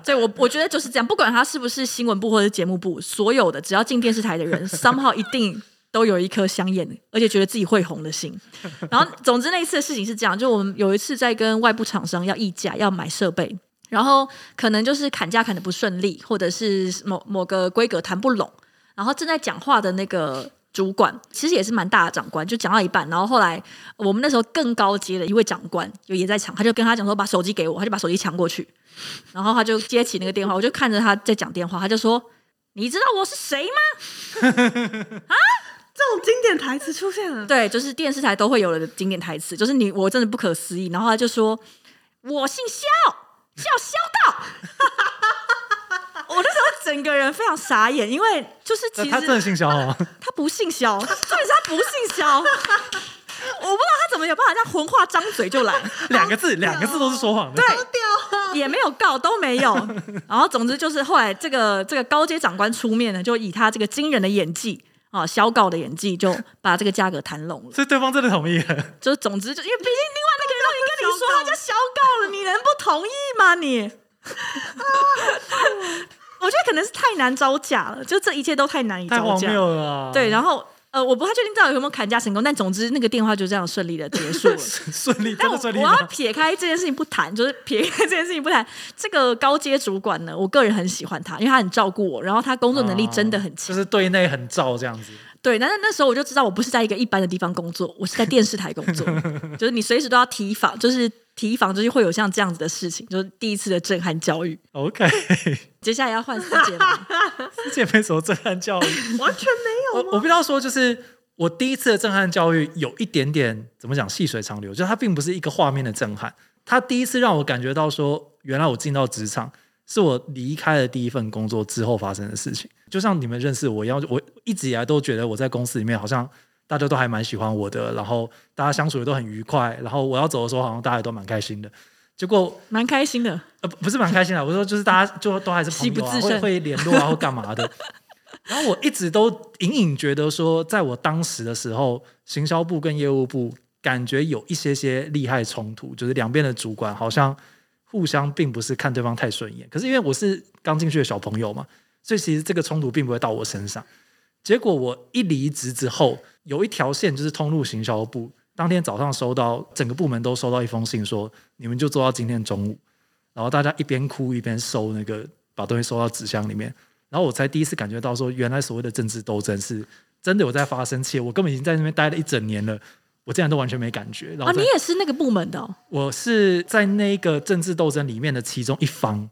Speaker 1: 所以我我觉得就是这样，不管他是不是新闻部或者是节目部，所有的只要进电视台的人，somehow 一定都有一颗香艳，而且觉得自己会红的心。 然后，总之那一次的事情是这样，就我们有一次在跟外部厂商要议价，要买设备。然后可能就是砍价砍的不顺利，或者是某某个规格谈不拢，然后正在讲话的那个主管，其实也是蛮大的长官，就讲到一半，然后后来我们那时候更高阶的一位长官就也在场，他就跟他讲说把手机给我，他就把手机抢过去，然后他就接起那个电话，我就看着他在讲电话，他就说你知道我是谁吗？
Speaker 3: 这种经典台词出现了。
Speaker 1: 对，就是电视台都会有的经典台词，就是你我真的不可思议。然后他就说：“我姓肖，叫肖道。” 我那时候整个人非常傻眼，因为就是其
Speaker 2: 那
Speaker 1: 实
Speaker 2: 他真的姓肖吗？
Speaker 1: 他不姓肖， 重点是他不姓肖。我不知道他怎么有办法这样混话张嘴就来，
Speaker 2: 两个字，两个字都是说谎的。
Speaker 1: 对，也没有告，都没有。然后总之就是后来这个这个高阶长官出面呢，就以他这个惊人的演技啊，肖告的演技，就把这个价格谈拢了。
Speaker 2: 所以对方真的同意了。
Speaker 1: 就是总之就因为毕竟另外那个人都已经跟你说他叫小狗了，你能不同意吗你？ 我觉得可能是太难招架了，就这一切都太难以
Speaker 2: 太
Speaker 1: 招
Speaker 2: 荒
Speaker 1: 架。
Speaker 2: 谬了啊！
Speaker 1: 对，然后呃，我不太确定到底有没有砍价成功，但总之那个电话就这样顺利的结束了。
Speaker 2: 顺利，
Speaker 1: 但
Speaker 2: 真
Speaker 1: 我
Speaker 2: 的顺利
Speaker 1: 我
Speaker 2: 吗？
Speaker 1: 要撇开这件事情不谈，就是撇开这件事情不谈，这个高阶主管呢，我个人很喜欢他，因为他很照顾我，然后他工作能力
Speaker 2: 啊
Speaker 1: 真的很强。
Speaker 2: 就是对内很照这样子。
Speaker 1: 对，但是那时候我就知道我不是在一个一般的地方工作，我是在电视台工 作，就是你随时都要提防，就是提防，就是会有像这样子的事情，就是第一次的震撼教育。
Speaker 2: OK，
Speaker 1: 接下来要换师姐 吗？
Speaker 2: 这也没什么震撼教育。
Speaker 3: 完全没
Speaker 2: 我我必须要说，就是我第一次的震撼教育有一点点怎么讲细水长流，就是它并不是一个画面的震撼，它第一次让我感觉到说，原来我进到职场是我离开了第一份工作之后发生的事情。就像你们认识我一样，我一直以来都觉得我在公司里面好像大家都还蛮喜欢我的，然后大家相处的都很愉快，然后我要走的时候好像大家也都蛮开心的。结果
Speaker 1: 蛮开心的，
Speaker 2: 呃，不不是蛮开心的。我说就是大家就都还是朋友啊，
Speaker 1: 喜不自
Speaker 2: 会
Speaker 1: 胜
Speaker 2: 会联络啊，或干嘛的。 然后我一直都隐隐觉得说，在我当时的时候，行销部跟业务部感觉有一些些利害冲突，就是两边的主管好像互相并不是看对方太顺眼。可是因为我是刚进去的小朋友嘛，所以其实这个冲突并不会到我身上。结果我一离职之后，有一条线就是通路行销部，当天早上收到整个部门都收到一封信说，你们就做到今天中午。然后大家一边哭一边收那个，把东西收到纸箱里面。然后我才第一次感觉到说，原来所谓的政治斗争是真的有在发生，且我根本已经在那边待了一整年了，我竟然都完全没感觉。然
Speaker 1: 哦，
Speaker 2: 后在、
Speaker 1: 你也是那个部门的、哦，
Speaker 2: 我是在那个政治斗争里面的其中一方，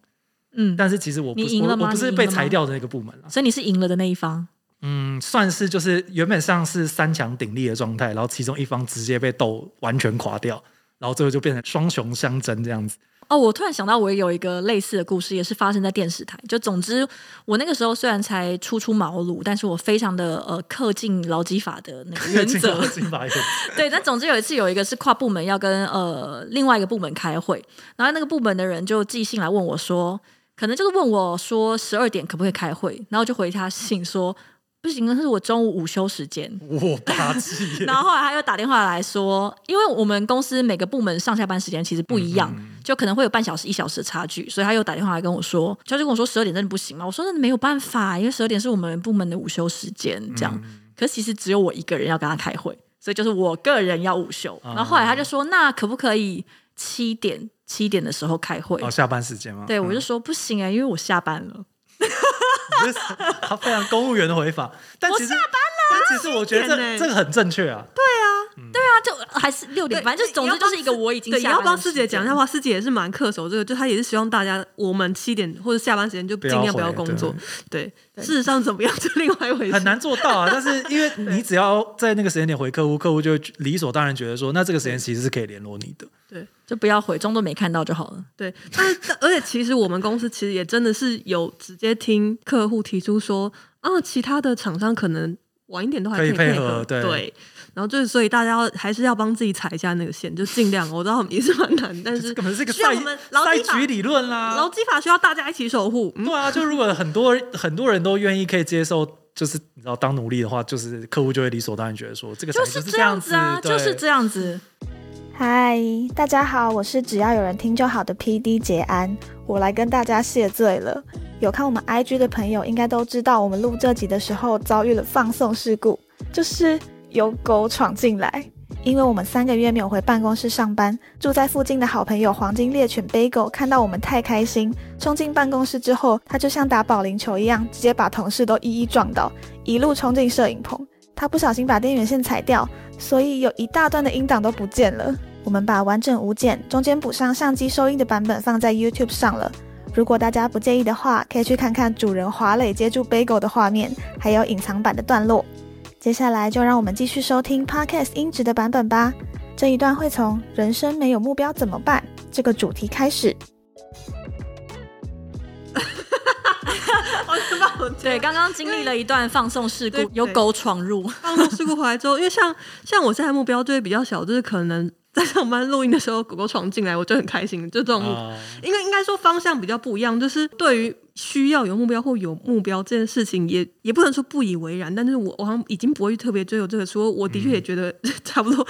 Speaker 1: 嗯，
Speaker 2: 但是其实我不
Speaker 1: 你赢了
Speaker 2: 我
Speaker 1: 吗
Speaker 2: 我不
Speaker 1: 你
Speaker 2: 是
Speaker 1: 赢
Speaker 2: 被
Speaker 1: 了吗
Speaker 2: 裁掉的那个部门了。
Speaker 1: 所以你是赢了的那一方。
Speaker 2: 嗯，算是就是原本上是三强鼎立的状态，然后其中一方直接被斗完全垮掉，然后最后就变成双雄相争这样 子。
Speaker 1: 哦，我突然想到，我也有一个类似的故事，也是发生在电视台。就总之，我那个时候虽然才初出茅庐，但是我非常的呃恪尽劳基法的那个原则，
Speaker 2: 金发
Speaker 1: 对，但总之有一次有一个是跨部门要跟呃另外一个部门开会，然后那个部门的人就寄信来问我说，可能就是问我说十二点可不可以开会，然后我就回他信说不行，那是我中午午休时间。
Speaker 2: 我霸气耶，
Speaker 1: 然后后来他又打电话来说，因为我们公司每个部门上下班时间其实不一样，
Speaker 3: 嗯
Speaker 1: 就可能会有半小时、一小时的差距，所以他又打电话来跟我说，他就跟我说十二点真的不行吗？我说那没有办法，因为十二点是我们部门的午休时间，这样。
Speaker 3: 嗯
Speaker 1: 可是其实只有我一个人要跟他开会，所以就是我个人要午休。
Speaker 3: 啊
Speaker 1: 然后后来他就说，那可不可以七点七点的时候开会？
Speaker 3: 啊
Speaker 2: 哦，下班时间吗？
Speaker 1: 对，我
Speaker 2: 嗯
Speaker 1: 就说不行哎、因为我下班
Speaker 3: 嗯
Speaker 1: 了。
Speaker 2: 你 这是他非常公务员的回法，但其实
Speaker 3: 啊
Speaker 2: 但其实我觉得
Speaker 3: 一点
Speaker 2: 这
Speaker 3: 呢
Speaker 2: 这个很正确啊，
Speaker 1: 对啊，就还是六点，
Speaker 3: 对
Speaker 1: 反正就总之就是一个我已经
Speaker 3: 对，也
Speaker 1: 下班
Speaker 3: 要
Speaker 1: 的
Speaker 3: 帮师姐
Speaker 1: 时间
Speaker 3: 讲一下话，师姐也是蛮恪守这个，就她也是希望大家我们七点或者下班时间就尽量不要工作。对，事实上怎么样是另外一回事，
Speaker 2: 很难做到 啊。但是因为你只要在那个时间点回客户，客户就会理所当然觉得说，那这个时间其实是可以联络你的。
Speaker 3: 对。
Speaker 1: 就不要回，装作没看到就好了。
Speaker 3: 对，但是但而且其实我们公司其实也真的是有直接听客户提出说，啊，其他的厂商可能晚一点都还
Speaker 2: 可以
Speaker 3: 以
Speaker 2: 配
Speaker 3: 配
Speaker 2: 合对
Speaker 3: 然后就是所以大家要还是要帮自己踩一下那个线，就尽量。我知道也是蛮难，但
Speaker 2: 这
Speaker 3: 是
Speaker 2: 根本是一个
Speaker 3: 需要
Speaker 2: 赛
Speaker 3: 我们劳
Speaker 2: 赛
Speaker 3: 基法
Speaker 2: 局理论
Speaker 3: 劳
Speaker 2: 啦。
Speaker 3: 基法需要大家一起守护。啊 嗯，
Speaker 2: 对啊，就如果很多很多人都愿意可以接受，就是你知道当奴隶的话，就是客户就会理所当然觉得说，这个
Speaker 1: 就
Speaker 2: 产
Speaker 1: 是
Speaker 2: 业
Speaker 1: 这
Speaker 2: 这
Speaker 1: 样
Speaker 2: 子
Speaker 1: 子啊，就是
Speaker 2: 对
Speaker 1: 这样子。
Speaker 4: 嗨，大家好，我是只要有人听就好的 PD 杰安，我来跟大家谢罪了。有看我们 IG 的朋友应该都知道，我们录这集的时候遭遇了放送事故，就是有狗闯进来。因为我们三个月没有回办公室上班，住在附近的好朋友黄金猎犬 Bagel 看到我们太开心，冲进办公室之后，他就像打保龄球一样，直接把同事都一一撞倒，一路冲进摄影棚。他不小心把电源线踩掉，所以有一大段的音档都不见了。我们把完整五剪中间补上相机收音的版本放在 YouTube 上了。如果大家不介意的话，可以去看看主人华磊接住 Bagel 的画面，还有隐藏版的段落。接下来就让我们继续收听 Podcast 音质的版本吧。这一段会从“人生没有目标怎么办”这个主题开始。
Speaker 3: 我先把哦我
Speaker 1: 对，刚刚经历了一段放送事故
Speaker 3: 对，
Speaker 1: 有狗闯入，
Speaker 3: 放松事故回来之后，因为像像我现在目标就会比较小，就是可能在上班录音的时候，狗狗闯进来，我就很开心，就这种目标。
Speaker 2: 啊
Speaker 3: 应该应该说方向比较不一样，就是对于需要有目标或有目标这件事情也，也不能说不以为然，但是我我好像已经不会特别追求这个，说我的确也觉得 差不多。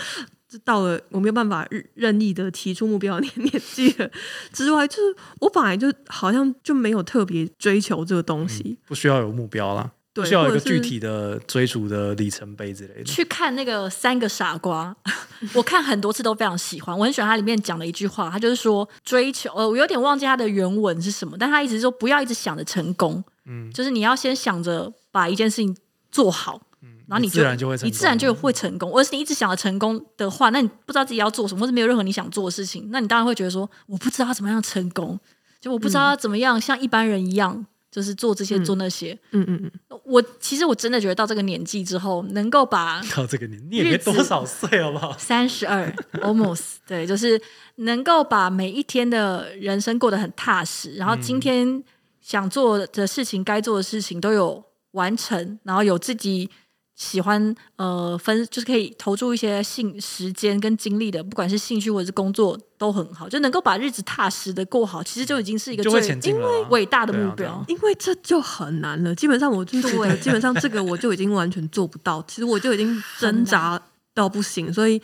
Speaker 3: 就到了我没有办法任任意的提出目标的 年年纪了之外，就是我本来就好像就没有特别追求这个东西，
Speaker 2: 不需要有目标啦，
Speaker 3: 对
Speaker 2: 不需要有一个
Speaker 3: 或者
Speaker 2: 具
Speaker 3: 是
Speaker 2: 体的追逐的里程碑之类的。
Speaker 1: 去看那个《三个傻瓜》， 我看很多次都非常喜欢，我很喜欢它里面讲的一句话，他就是说追求，呃，我有点忘记它的原文是什么，但他一直说不要一直想着成功，
Speaker 2: 嗯，
Speaker 1: 就是你要先想着把一件事情做好。然后
Speaker 2: 嗯你
Speaker 1: 你
Speaker 2: 自然就会成
Speaker 1: 你自然
Speaker 2: 功
Speaker 1: 就会成功。而是你一直想着成功的话，那你不知道自己要做什么，或者没有任何你想做的事情，那你当然会觉得说，我不知道要怎么样成功，就我不知道要怎么样像一般人一样，就是做这些、
Speaker 3: 嗯
Speaker 1: 做那些。
Speaker 3: 嗯嗯嗯，
Speaker 1: 我其实我真的觉得到这个年纪之后，能够把
Speaker 2: 到这个年，你也没
Speaker 1: 日子？
Speaker 2: 多少岁，好不好
Speaker 1: 三十二 almost 对，就是能够把每一天的人生过得很踏实，然后今天想做的事情、该做的事情都有完成，然后有自己喜欢呃分，就是可以投注一些兴时间跟精力的，不管是兴趣或者是工作都很好，就能够把日子踏实的过好，其实就已经是一个
Speaker 2: 就会
Speaker 1: 最
Speaker 2: 前进了啊
Speaker 1: 因为伟大的目
Speaker 2: 对啊对
Speaker 1: 标。
Speaker 2: 啊
Speaker 3: 因为这就很难了。基本上我就觉得，
Speaker 1: 对
Speaker 3: 基本上这个我就已经完全做不到。其实我就已经挣扎到不行，所以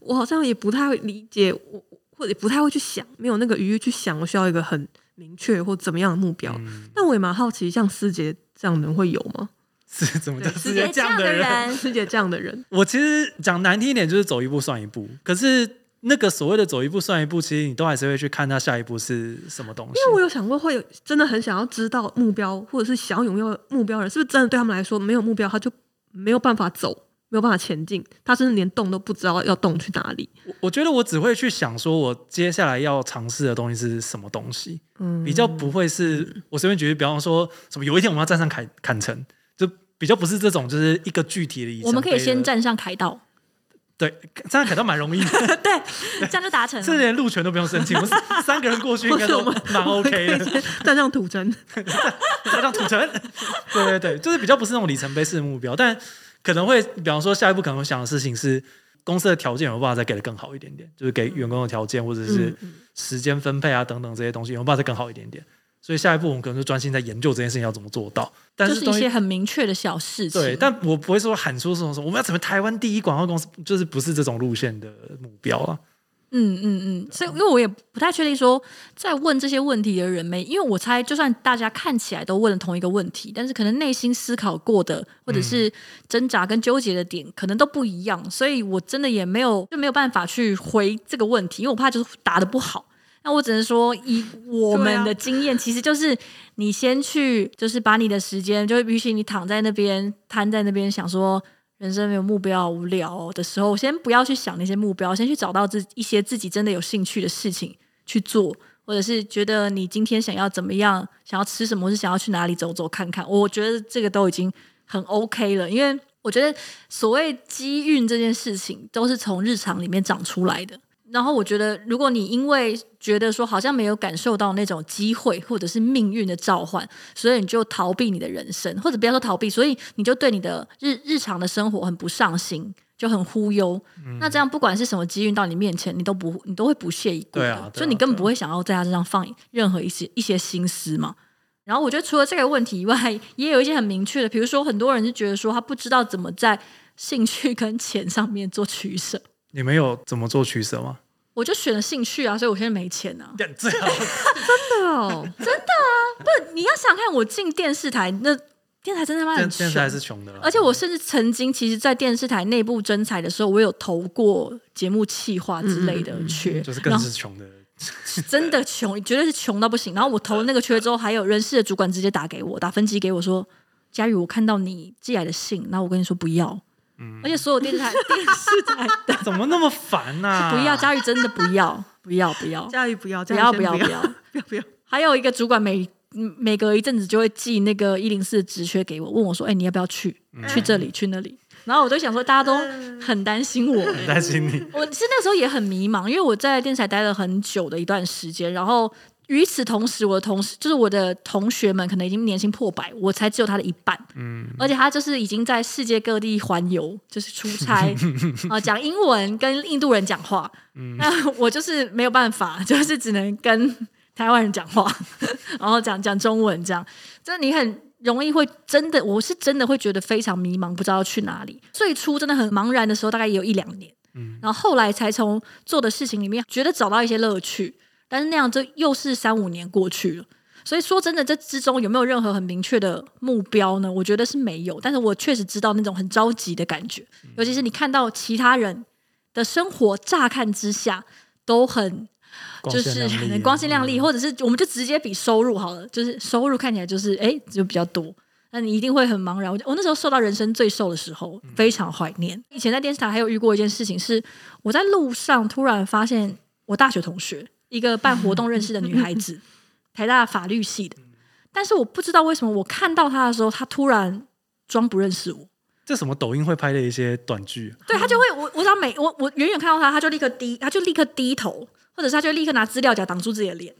Speaker 3: 我好像也不太会理解，我或者也不太会去想，没有那个余裕去想，我需要一个很明确或怎么样的目标。
Speaker 2: 嗯，
Speaker 3: 但我也蛮好奇，像师姐这样的人会有吗？
Speaker 2: 是怎么叫
Speaker 3: 对
Speaker 2: 世
Speaker 1: 世
Speaker 2: 界
Speaker 1: 界
Speaker 2: 啊这
Speaker 1: 这样
Speaker 2: 样的
Speaker 1: 的
Speaker 2: 人
Speaker 1: 人？
Speaker 3: 师姐这样的人，
Speaker 2: 我其实讲难听一点，就是走一步算一步。可是那个所谓的走一步算一步，其实你都还是会去看他下一步是什么东西。
Speaker 3: 因为我有想过，会有真的很想要知道目标，或者是想要拥有目标的人，是不是真的对他们来说没有目标，他就没有办法走，没有办法前进，他甚至连动都不知道要动去哪里。
Speaker 2: 我我觉得我只会去想，说我接下来要尝试的东西是什么东西，
Speaker 3: 嗯
Speaker 2: 比较不会是我随便举例，比方说什么有一天我们要站上砍砍城，就比较不是这种，就是一个具体的里程碑的。
Speaker 1: 我们可以先站上凯道，
Speaker 2: 对站上砍倒蛮容易的，
Speaker 1: 对，这样就达成
Speaker 2: 这
Speaker 1: 了。
Speaker 2: 连路权都不用申请，我们三个人过去应该都
Speaker 3: 或者
Speaker 2: 蛮 OK 的。
Speaker 3: 但这样土真，
Speaker 2: 加上土城， 对对对，就是比较不是那种里程碑式的目标，但可能会，比方说下一步可能会想的事情是，公司的条件有没有办法再给的更好一
Speaker 1: 嗯
Speaker 2: 点点，就是给员工的条件或者是时间分配啊等等这些东西有没有办法再更好一点点。所以下一步我们可能就专心在研究这件事情要怎么做到。但
Speaker 1: 就是
Speaker 2: 东
Speaker 1: 一
Speaker 2: 西
Speaker 1: 些很明确的小事情。
Speaker 2: 对，但我不会说喊出什么什么我们要成为台湾第一广告公司，就是不是这种路线的目标啊。
Speaker 1: 嗯嗯嗯，所以因为我也不太确定说在问这些问题的人没，因为我猜就算大家看起来都问了同一个问题，但是可能内心思考过的或者是挣扎跟纠结的点可能都不一样，所以我真的也没有就没有办法去回这个问题，因为我怕就是答的不好。那我只能说，以我
Speaker 3: 对
Speaker 1: 们
Speaker 3: 啊
Speaker 1: 的经验，其实就是你先去，就是把你的时间，就允许你躺在那边、瘫在那边，想说人生没有目标、无聊哦的时候，先不要去想那些目标，先去找到自一些自己真的有兴趣的事情去做，或者是觉得你今天想要怎么样，想要吃什么，或是想要去哪里走走看看。我觉得这个都已经很 OK 了，因为我觉得所谓机运这件事情，都是从日常里面长出来的。然后我觉得，如果你因为觉得说好像没有感受到那种机会或者是命运的召唤，所以你就逃避你的人生，或者不要说逃避，所以你就对你的日日常的生活很不上心，就很忽悠。
Speaker 2: 嗯
Speaker 1: 那这样不管是什么机运到你面前，你都不你都会不屑一顾
Speaker 2: 对
Speaker 1: 的，
Speaker 2: 啊对啊
Speaker 1: 就你根本不会想要在他身上放任何一些一些心思嘛。然后我觉得除了这个问题以外，也有一些很明确的，比如说很多人就觉得说他不知道怎么在兴趣跟钱上面做取舍。
Speaker 2: 你们有怎么做取舍吗？
Speaker 1: 我就选了兴趣啊，所以我现在没钱啊。
Speaker 2: 干最好
Speaker 3: 哦，
Speaker 1: 你要想看我进电视台，那电视台真的他妈
Speaker 2: 现
Speaker 1: 很
Speaker 2: 现在还是
Speaker 1: 穷。
Speaker 2: 穷的啦，
Speaker 1: 而且我甚至曾经，其实，在电视台内部征才的时候，我有投过节目企划之类的缺，
Speaker 2: 就是
Speaker 1: 然后
Speaker 2: 更是穷的。
Speaker 1: 是真的穷，绝对是穷到不行。然后我投了那个缺之后，还有人事的主管直接打给我，打分机给我说：“佳宇，我看到你寄来的信，然后我跟你说不要。”而且所有电视台、电视台的
Speaker 2: 怎么那么烦啊 呐、
Speaker 1: 不要，佳宇真的不要，不要，不要，
Speaker 3: 佳宇不要，
Speaker 1: 不
Speaker 3: 不
Speaker 1: 要，
Speaker 3: 不
Speaker 1: 不要，
Speaker 3: 不
Speaker 1: 不
Speaker 3: 要
Speaker 1: 要。
Speaker 3: 不要不要，
Speaker 1: 还有一个主管每嗯每隔一阵子就会寄那个一零四的职缺给我，问我说：“哎、你要不要去？去这里，去那里？”然后我就想说，大家都很担心我、
Speaker 2: 很 担心你。
Speaker 1: 我是那时候也很迷茫，因为我在电视台待了很久的一段时间，然后与此同时，我的同事就是我的同学们，可能已经年薪破百，我才只有他的一半，
Speaker 2: 嗯，
Speaker 1: 而且他就是已经在世界各地环游，就是出差啊、讲英文跟印度人讲话，那我就是没有办法， 就是只能跟台湾人讲话，然后讲讲中文这样，这你很容易会真的，我是真的会觉得非常迷茫，不知道要去哪里。最初真的很茫然的时候，大概也有一两年，
Speaker 2: 嗯
Speaker 1: 然后后来才从做的事情里面觉得找到一些乐趣，但是那样就又是三五年过去了。所以说真的，这之中有没有任何很明确的目标呢？我觉得是没有，但是我确实知道那种很着急的感觉，尤其是你看到其他人的生活，乍看之下都很
Speaker 2: 光
Speaker 1: 就
Speaker 2: 鲜
Speaker 1: 是
Speaker 2: 亮丽啊
Speaker 1: 很光鲜亮丽，
Speaker 2: 嗯
Speaker 1: 或者是我们就直接比收入好了，就是收入看起来就是哎、诶就比较多，那你一定会很茫然。我我那时候受到人生最瘦的时候，
Speaker 2: 嗯
Speaker 1: 非常怀念。以前在电视台还有遇过一件事情是，我在路上突然发现我大学同学一个办活动认识的女孩 子，台大法律系
Speaker 2: 嗯
Speaker 1: 的，但是我不知道为什么我看到她的时候，她突然装不认识我。
Speaker 2: 这什么抖音会拍的一些短剧，啊
Speaker 1: 对他就会我我只要每我我远远看到他，他就立刻低，他就立刻低头，或者是他就立刻拿资料夹挡住自己的 脸。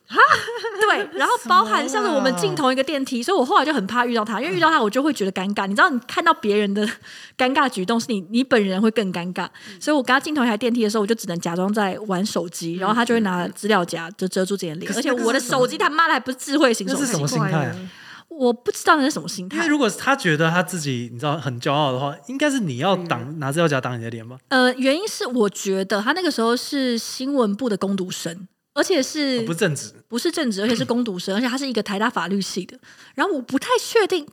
Speaker 1: 对，然后包含像是我们进
Speaker 2: 啊
Speaker 1: 同一个电梯，所以我后来就很怕遇到他，因为遇到他我就会觉得尴尬。你知道，你看到别人的 尴尬举动，是你你本人会更尴尬。
Speaker 2: 嗯
Speaker 1: 所以我跟他进同一台电梯的时候，我就只能假装在玩手机，然后他就
Speaker 2: 嗯
Speaker 1: 会拿资料夹就遮住自己的脸，而且我的手机他妈的还不是智慧型
Speaker 2: 那
Speaker 1: 手
Speaker 2: 是什么
Speaker 1: 机，
Speaker 2: 心态
Speaker 3: 怪
Speaker 2: 啊、
Speaker 3: 了
Speaker 1: 我不知道那是什么心
Speaker 2: 因为
Speaker 1: 态。
Speaker 2: 如果他觉得他自己你知道很骄傲的话，应该是你要挡、
Speaker 1: 嗯
Speaker 2: 拿资料夹挡你的脸吧？
Speaker 1: 呃，原因是我觉得他那个时候是新闻部的攻读生，而且是、
Speaker 2: 哦不是正直，
Speaker 1: 不是正职， 而且是攻读生，而且他是一个台大法律系的。然后我不太确定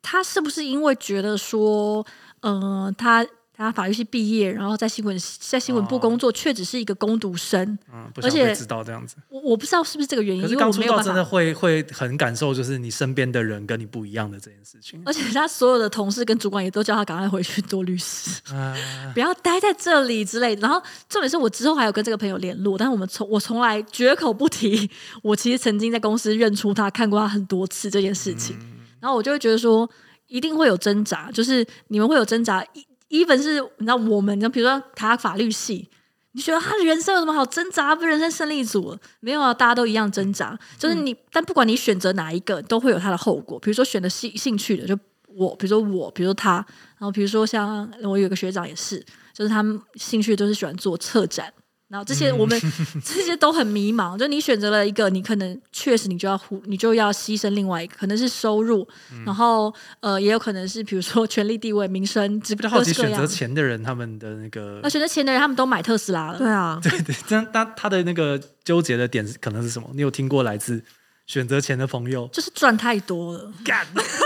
Speaker 1: 他是不是因为觉得说，呃，他他法律系毕业，然后在新闻在新闻部
Speaker 2: 哦
Speaker 1: 工作，却只是一个攻读生。
Speaker 2: 嗯，不想
Speaker 1: 而且
Speaker 2: 被知道这样子。
Speaker 1: 我我不知道是不是这个原因，
Speaker 2: 可是
Speaker 1: 因为
Speaker 2: 刚
Speaker 1: 我
Speaker 2: 出
Speaker 1: 没有
Speaker 2: 道
Speaker 1: 办
Speaker 2: 真的
Speaker 1: 法。
Speaker 2: 会会很感受，就是你身边的人跟你不一样的这件事情。
Speaker 1: 而且他所有的同事跟主管也都叫他赶快回去做律师。
Speaker 2: 啊，
Speaker 1: 不要待在这里之类的。然后重点是我之后还有跟这个朋友联络，但是我们从我从来绝口不提，我其实曾经在公司认出他，看过他很多次这件事情。然后我就会觉得说，一定会有挣扎，就是你们会有挣扎。一 even 是你知道我们，你知道比如说他法律系，你觉得他的人生有什么好挣扎？不，人生胜利组了没有啊？大家都一样挣扎，就是
Speaker 2: 嗯
Speaker 1: 你。但不管你选择哪一个，都会有它的后果。比如说选的兴兴趣的，就我，比如说我，比如说他，然后比如说像我有一个学长也是，就是他们兴趣都是喜欢做策展，然后这
Speaker 2: 嗯
Speaker 1: 些 我们这些都很迷茫，就你选择了一个，你可能确实你就要忽，你就要牺牲另外一个，可能是收入，
Speaker 2: 嗯
Speaker 1: 然后呃也有可能是比如说 权力地位、名声之
Speaker 2: 比
Speaker 1: 各式
Speaker 2: 较好
Speaker 1: 各
Speaker 2: 奇选择
Speaker 1: 样。
Speaker 2: 钱的人他们的那个
Speaker 1: 那，选择钱的人，他们都买特斯拉了，
Speaker 3: 对啊，
Speaker 2: 对对，但他他的那个纠结的点是可能是什么？你有听过来自选择钱的朋友
Speaker 1: 就是赚太多了。
Speaker 2: 干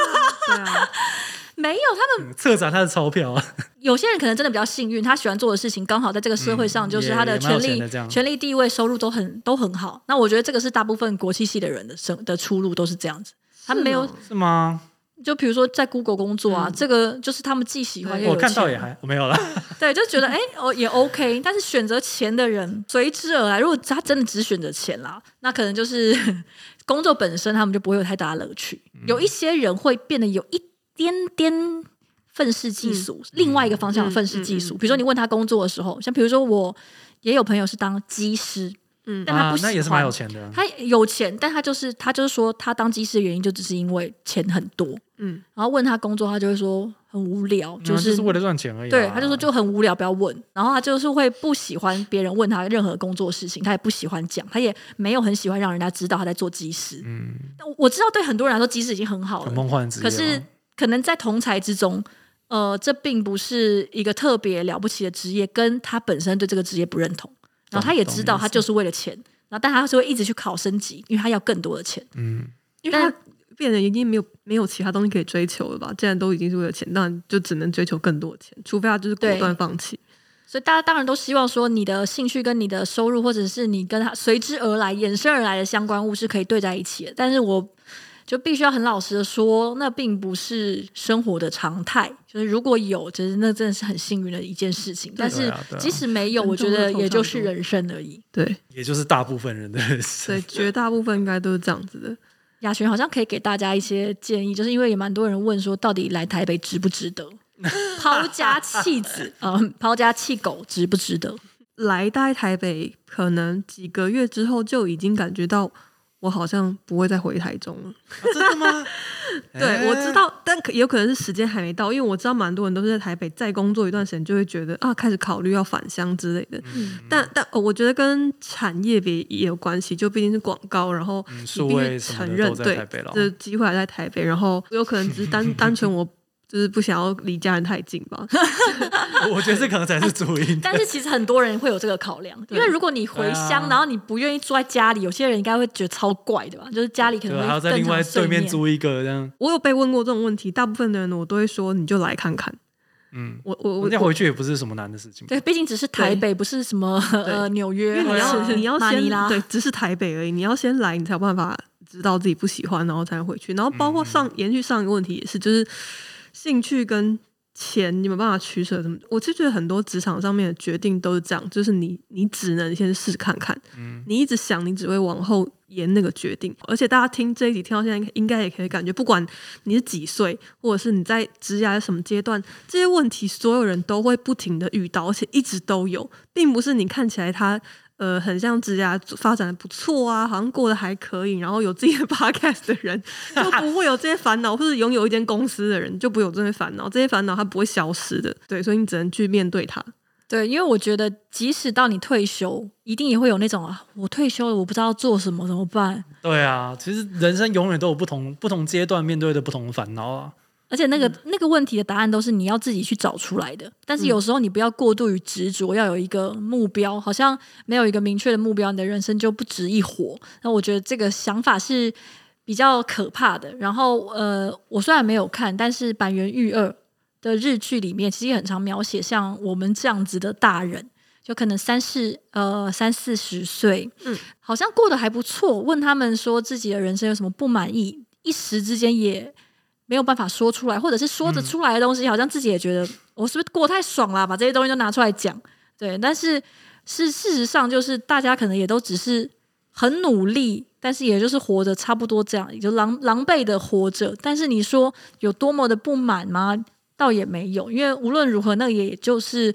Speaker 3: 对啊，
Speaker 1: 没有，他们
Speaker 2: 策展他的钞票啊？
Speaker 1: 有些人可能真的比较幸运，他喜欢做的事情刚好在这个社会上，
Speaker 2: 嗯
Speaker 1: 就是
Speaker 2: 也
Speaker 1: 他的
Speaker 2: 也蛮有
Speaker 1: 权
Speaker 2: 钱
Speaker 1: 利
Speaker 2: 的这样、
Speaker 1: 权利地位、收入都很都很好。那我觉得这个是大部分国际系的人的生的出路都是这样子。他们没有
Speaker 3: 是，哦
Speaker 2: 是吗？
Speaker 1: 就比如说在 Google 工作啊，
Speaker 3: 嗯
Speaker 1: 这个就是他们既喜欢又
Speaker 2: 我
Speaker 1: 有
Speaker 2: 看到
Speaker 1: 钱
Speaker 2: 也还我没有啦。
Speaker 1: 对，就觉得哎，哦也 OK，但是选择钱的人随之而来。如果他真的只选择钱啦，那可能就是 工作本身他们就不会有太大乐趣。有一些人会变得有一点点愤世嫉俗，另外一个方向的愤世嫉俗。
Speaker 3: 嗯嗯嗯嗯
Speaker 1: 比如说你问他工作的时候，像比如说我也有朋友是当技师，
Speaker 3: 嗯
Speaker 1: 但他
Speaker 2: 啊
Speaker 1: 不、
Speaker 2: 那也是蛮有。钱的啊、
Speaker 1: 他有钱，但他就是他就是说，他当技师的原因就只是因为钱很多。
Speaker 3: 嗯，
Speaker 1: 然后问他工作，他就会说很无聊，
Speaker 2: 嗯就是是为了赚钱而已、啊。
Speaker 1: 对，他就说就很无聊，不要问。然后他就是会不喜欢别人问他任何工作事情，他也不喜欢讲，他也没有很喜欢让人家知道他在做技师。
Speaker 2: 嗯，
Speaker 1: 但我我知道对很多人来说，技师已经很好
Speaker 2: 很
Speaker 1: 了，
Speaker 2: 梦幻啊的职业
Speaker 1: 哦可
Speaker 2: 嘛。
Speaker 1: 是可能在同才之中，呃，这并不是一个特别了不起的职业，跟他本身对这个职业不认同。然后他也知道
Speaker 2: 懂
Speaker 1: 他就是为了钱，然后但他是会一直去考升级，因为他要更多的钱。
Speaker 2: 嗯，
Speaker 3: 因为
Speaker 1: 但
Speaker 3: 他变得已经没有没有其他东西可以追求了吧？既然都已经是为了钱，那就只能追求更多的钱，除非他就是果
Speaker 1: 对
Speaker 3: 断放弃。
Speaker 1: 所以大家当然都希望说，你的兴趣跟你的收入，或者是你跟他随之而来、衍生而来的相关物是可以对在一起的。但是我就必须要很老实的说，那并不是生活的常态。就是如果有，就是那真的是很幸运的一件事情。但
Speaker 2: 对
Speaker 1: 是
Speaker 2: 啊对啊
Speaker 1: 即使没有，我觉得也就是人生而已。
Speaker 3: 对，
Speaker 2: 也就是大部分人的人生
Speaker 3: 所以绝大部分应该都是这样子的。
Speaker 1: 雅璇好像可以给大家一些建议，就是因为也蛮多人问说，到底来台北值不值得？ 抛家弃子，嗯，抛家弃狗值不值得？
Speaker 3: 来待台北，可能几个月之后就已经感觉到我好像不会再回台中了。
Speaker 2: 啊真的吗？
Speaker 3: 对，我知
Speaker 2: 哎
Speaker 3: 道，但可也有可能是时间还没到，因为我知道蛮多人都是在台北再工作一段时间，就会觉得啊，开始考虑要返乡之类的。
Speaker 1: 嗯
Speaker 3: 但但、哦我觉得跟产业别也有关系，就毕竟是广告，然后
Speaker 2: 嗯
Speaker 3: 你
Speaker 2: 数
Speaker 3: 必
Speaker 2: 位
Speaker 3: 须
Speaker 2: 什么的都
Speaker 3: 承认
Speaker 2: 在
Speaker 3: 对
Speaker 2: 台北了，
Speaker 3: 这机会还在台北，然后有可能只是 单单纯我就是不想要离家人太近吧。
Speaker 2: 我觉得这可能才是主因。
Speaker 1: 但是其实很多人会有这个考量，因
Speaker 3: 对
Speaker 1: 为如果你回乡，
Speaker 2: 对啊
Speaker 1: 然后你不愿意住在家里，有些人应该会觉得超怪的吧？就是家里可
Speaker 2: 对
Speaker 1: 能
Speaker 2: 吧，
Speaker 1: 会
Speaker 2: 还要在
Speaker 1: 更
Speaker 2: 另外
Speaker 1: 常睡
Speaker 2: 对面
Speaker 1: 眠。
Speaker 2: 租一个这样，
Speaker 3: 我有被问过这种问题，大部分的人我都会说你就来看看。
Speaker 2: 嗯，
Speaker 3: 我我我
Speaker 2: 要回去也不是什么难的事情。
Speaker 1: 对，毕竟只是台北，不是什么呃纽约
Speaker 3: 因为你
Speaker 1: 或者
Speaker 3: 要
Speaker 1: 是
Speaker 3: 你要
Speaker 1: 马尼
Speaker 3: 先
Speaker 1: 拉，
Speaker 3: 对，只是台北而已，你要先来，你才有办法知道自己不喜欢，然后才回去。然后包括上、延续上一个问题也是，就是兴趣跟钱你没有办法取舍什么。我就觉得很多职场上面的决定都是这样，就是你你只能先试看看，
Speaker 2: 嗯，
Speaker 3: 你一直想，你只会往后延那个决定。而且大家听这一集听到现在，应该也可以感觉，不管你是几岁，或者是你在职涯什么阶段，这些问题所有人都会不停的遇到，而且一直都有，并不是你看起来他。呃，很像职涯发展的不错啊，好像过得还可以，然后有自己的 podcast 的人就不会有这些烦恼，或者拥有一间公司的人就不会有这些烦恼，这些烦恼它不会消失的，对，所以你只能去面 对它。
Speaker 1: 对，因为我觉得即使到你退休，一定也会有那种啊，我退休了，我不知道做什么，怎么办？
Speaker 2: 对啊，其实人生永远都有不同不同阶段面对的不同的烦恼啊。
Speaker 1: 而且那个、那个问题的答案都是你要自己去找出来的。但是有时候你不要过度于执着，要有一个目标，好像没有一个明确的目标，你的人生就不值一活。那我觉得这个想法是比较可怕的。然后呃，我虽然没有看，但是板垣育二的日剧里面其实也很常描写像我们这样子的大人。就可能三四呃三四十岁，
Speaker 3: 嗯，
Speaker 1: 好像过得还不错。问他们说自己的人生有什么不满意，一时之间也没有办法说出来，或者是说着出来的东西，好像自己也觉得我是不是过太爽啦，把这些东西都拿出来讲。对，但是是事实上就是大家可能也都只是很努力，但是也就是活着差不多这样，也就狼狼狈的活着。但是你说有多么的不满吗？倒也没有，因为无论如何，那也就是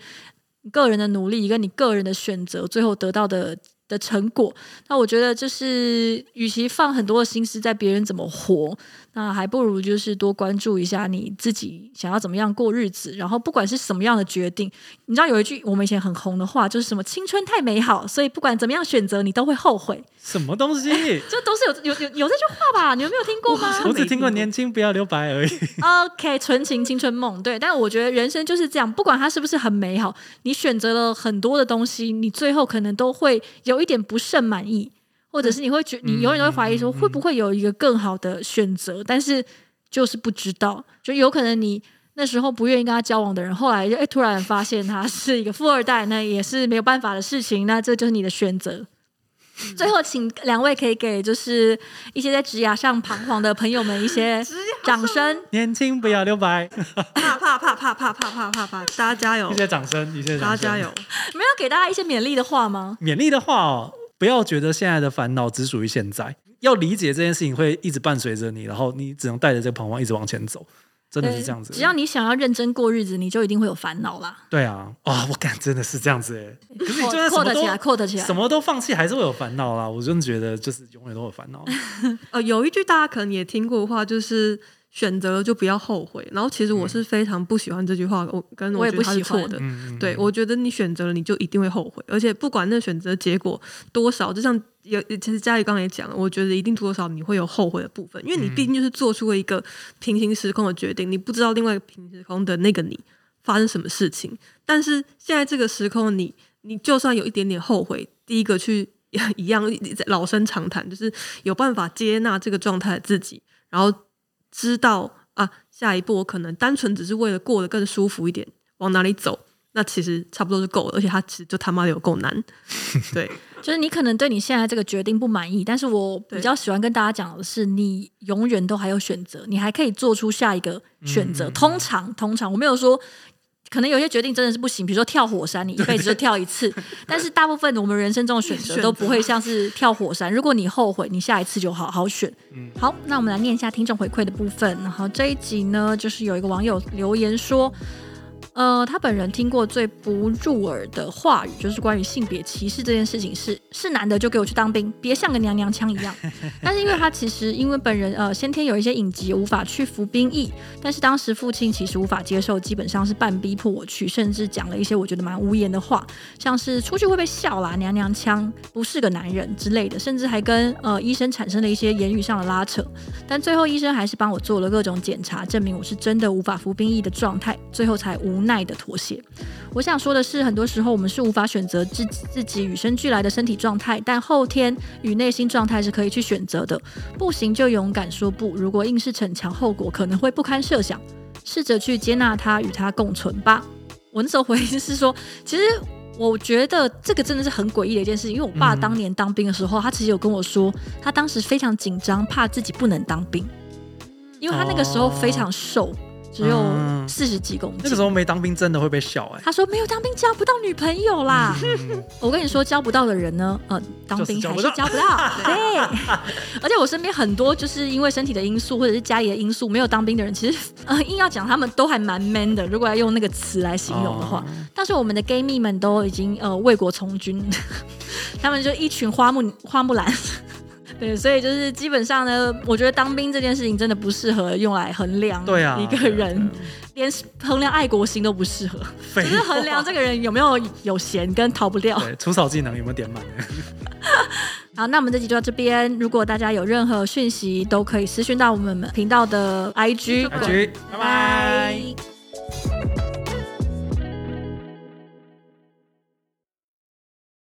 Speaker 1: 你个人的努力跟你个人的选择，最后得到的的成果。那我觉得就是，与其放很多的心思在别人怎么活，那还不如就是多关注一下你自己想要怎么样过日子，然后不管是什么样的决定，你知道有一句我们以前很红的话，就是什么青春太美好，所以不管怎么样选择，你都会后悔，
Speaker 2: 什 么东西？
Speaker 1: 这都是有有有有这句话吧？你们没有听过吗？
Speaker 2: 我只听过年轻不要留白而已。
Speaker 1: OK，纯情青春梦，对，但我觉得人生就是这样，不管它是不是很美好，你选择了很多的东西，你最后可能都会有一点不甚满意，或者是你会觉，你永远都会怀疑说
Speaker 2: 嗯嗯嗯
Speaker 1: 会不会有一个更好的选择，但是就是不知道，就有可能你那时候不愿意跟他交往的人，后来就哎突然发现他是一个富二代，那也是没有办法的事情，那这就是你的选择。最后，请两位可以给就是一些在职涯上彷徨的朋友们一些掌声。
Speaker 2: 年轻不要留白，
Speaker 1: 哦
Speaker 3: 啪啪啪啪啪啪啪啪啪，大家加油
Speaker 2: 一，些掌声，一些
Speaker 3: 大
Speaker 2: 掌
Speaker 3: 家
Speaker 2: 声，
Speaker 3: 加油！！
Speaker 1: 没有给大家一些勉励的话吗？
Speaker 2: 勉励的话哦，不要觉得现在的烦恼只属于现在，要理解这件事情会一直伴随着你，然后你只能带着这个彷徨一直往前走，真的是这样子。
Speaker 1: 只要你想要认真过日子，你就一定会有烦恼啦。
Speaker 2: 对啊，啊、我感真的是这样子 哎。可是你就算
Speaker 1: 扩
Speaker 2: 什
Speaker 1: 得
Speaker 2: 么
Speaker 1: 起来，
Speaker 2: 都
Speaker 1: 扩得起来
Speaker 2: 什。么都放弃，还是会有烦恼啦。我真的觉得就是永远都有烦 恼。嗯
Speaker 3: 呃，有一句大家可能也听过的话，就是选择了就不要后悔。然后其实我是非常不喜欢这句话，我跟
Speaker 1: 嗯我也
Speaker 3: 觉得
Speaker 1: 不
Speaker 3: 它是
Speaker 1: 喜欢
Speaker 3: 错的。
Speaker 2: 嗯，嗯
Speaker 3: 对，我觉得你选择了，你就一定会后悔，而且不管那选择结果多少，就像有其实佳宇刚刚也讲了，我觉得一定多少你会有后悔的部分，因为你毕竟就是做出了一个平行时空的决定，你不知道另外一个平行时空的那个你发生什么事情，但是现在这个时空你，你就算有一点点后悔，第一个去 一样老生常谈，就是有办法接纳这个状态的自己，然后知道啊，下一步我可能单纯只是为了过得更舒服一点，往哪里走，那其实差不多就够了，而且它其实就他妈的有够难。对，
Speaker 1: 就是你可能对你现在这个决定不满意，但是我比较喜欢跟大家讲的是，你永远都还有选择，你还可以做出下一个选择。
Speaker 2: 嗯嗯嗯
Speaker 1: 通常，通常我没有说。可能有些决定真的是不行，比如说跳火山，你一辈子就跳一次。但是大部分我们人生中的选择都不会像是跳火山。如果你后悔，你下一次就好好选。好，那我们来念一下听众回馈的部分。然后这一集呢，就是有一个网友留言说，呃，他本人听过最不入耳的话语，就是关于性别歧视这件事情是，是男的就给我去当兵，别像个娘娘腔一样。 但是因为他其实因为本人呃先天有一些隐疾，无法去服兵役，但是当时父亲其实无法接受，基本上是半逼迫我去，甚至讲了一些我觉得蛮无言的话，像是出去会被笑啦、娘娘腔、不是个男人之类的，甚至还跟呃医生产生了一些言语上的拉扯。但最后医生还是帮我做了各种检查，证明我是真的无法服兵役的状态，最后才无奈的妥协。我想说的是，很多时候我们是无法选择自自己与生俱来的身体状态，但后天与内心状态是可以去选择的。不行就勇敢说不，如果硬是逞强，后果可能会不堪设想。试着去接纳它，与它共存吧。我那时候回应是说，其实我觉得这个真的是很诡异的一件事情，因为我爸
Speaker 2: 嗯
Speaker 1: 当年当兵的时候，他其实有跟我说，他当时非常紧张，怕自己不能当兵，因为他那个时候非常瘦，只有
Speaker 2: 嗯
Speaker 1: 四十几公斤。
Speaker 2: 那个时候没当兵真的会被笑哎、
Speaker 1: 他说没有当兵交不到女朋友 啦。
Speaker 2: 嗯
Speaker 1: 我跟你说，交不到的人呢，呃，当兵还
Speaker 2: 就是是
Speaker 1: 交
Speaker 2: 交
Speaker 1: 不 到。对，而且我身边很多就是因为身体的因素或者是家里的因素没有当兵的人，其实呃硬要讲他们都还蛮 man 的，如果要用那个词来形容的话。
Speaker 2: 哦
Speaker 1: 但是我们的 gay 蜜们都已经呃为国从军， 他们就一群花木花木兰。 对，所以就是基本上呢，我觉得当兵这件事情真的不适合用来衡量
Speaker 2: 对啊，
Speaker 1: 一个
Speaker 2: 对啊
Speaker 1: 人，
Speaker 2: 对啊
Speaker 1: 连衡量爱国心都不 适合。
Speaker 2: 废
Speaker 1: 只是衡量这个人有没有有闲跟逃不掉。
Speaker 2: 对除草技能有没有点满？
Speaker 1: 好，那我们这集就到这边。如果大家有任何讯息，都可以私讯到我们频道的 IG。
Speaker 2: 阿菊，拜拜。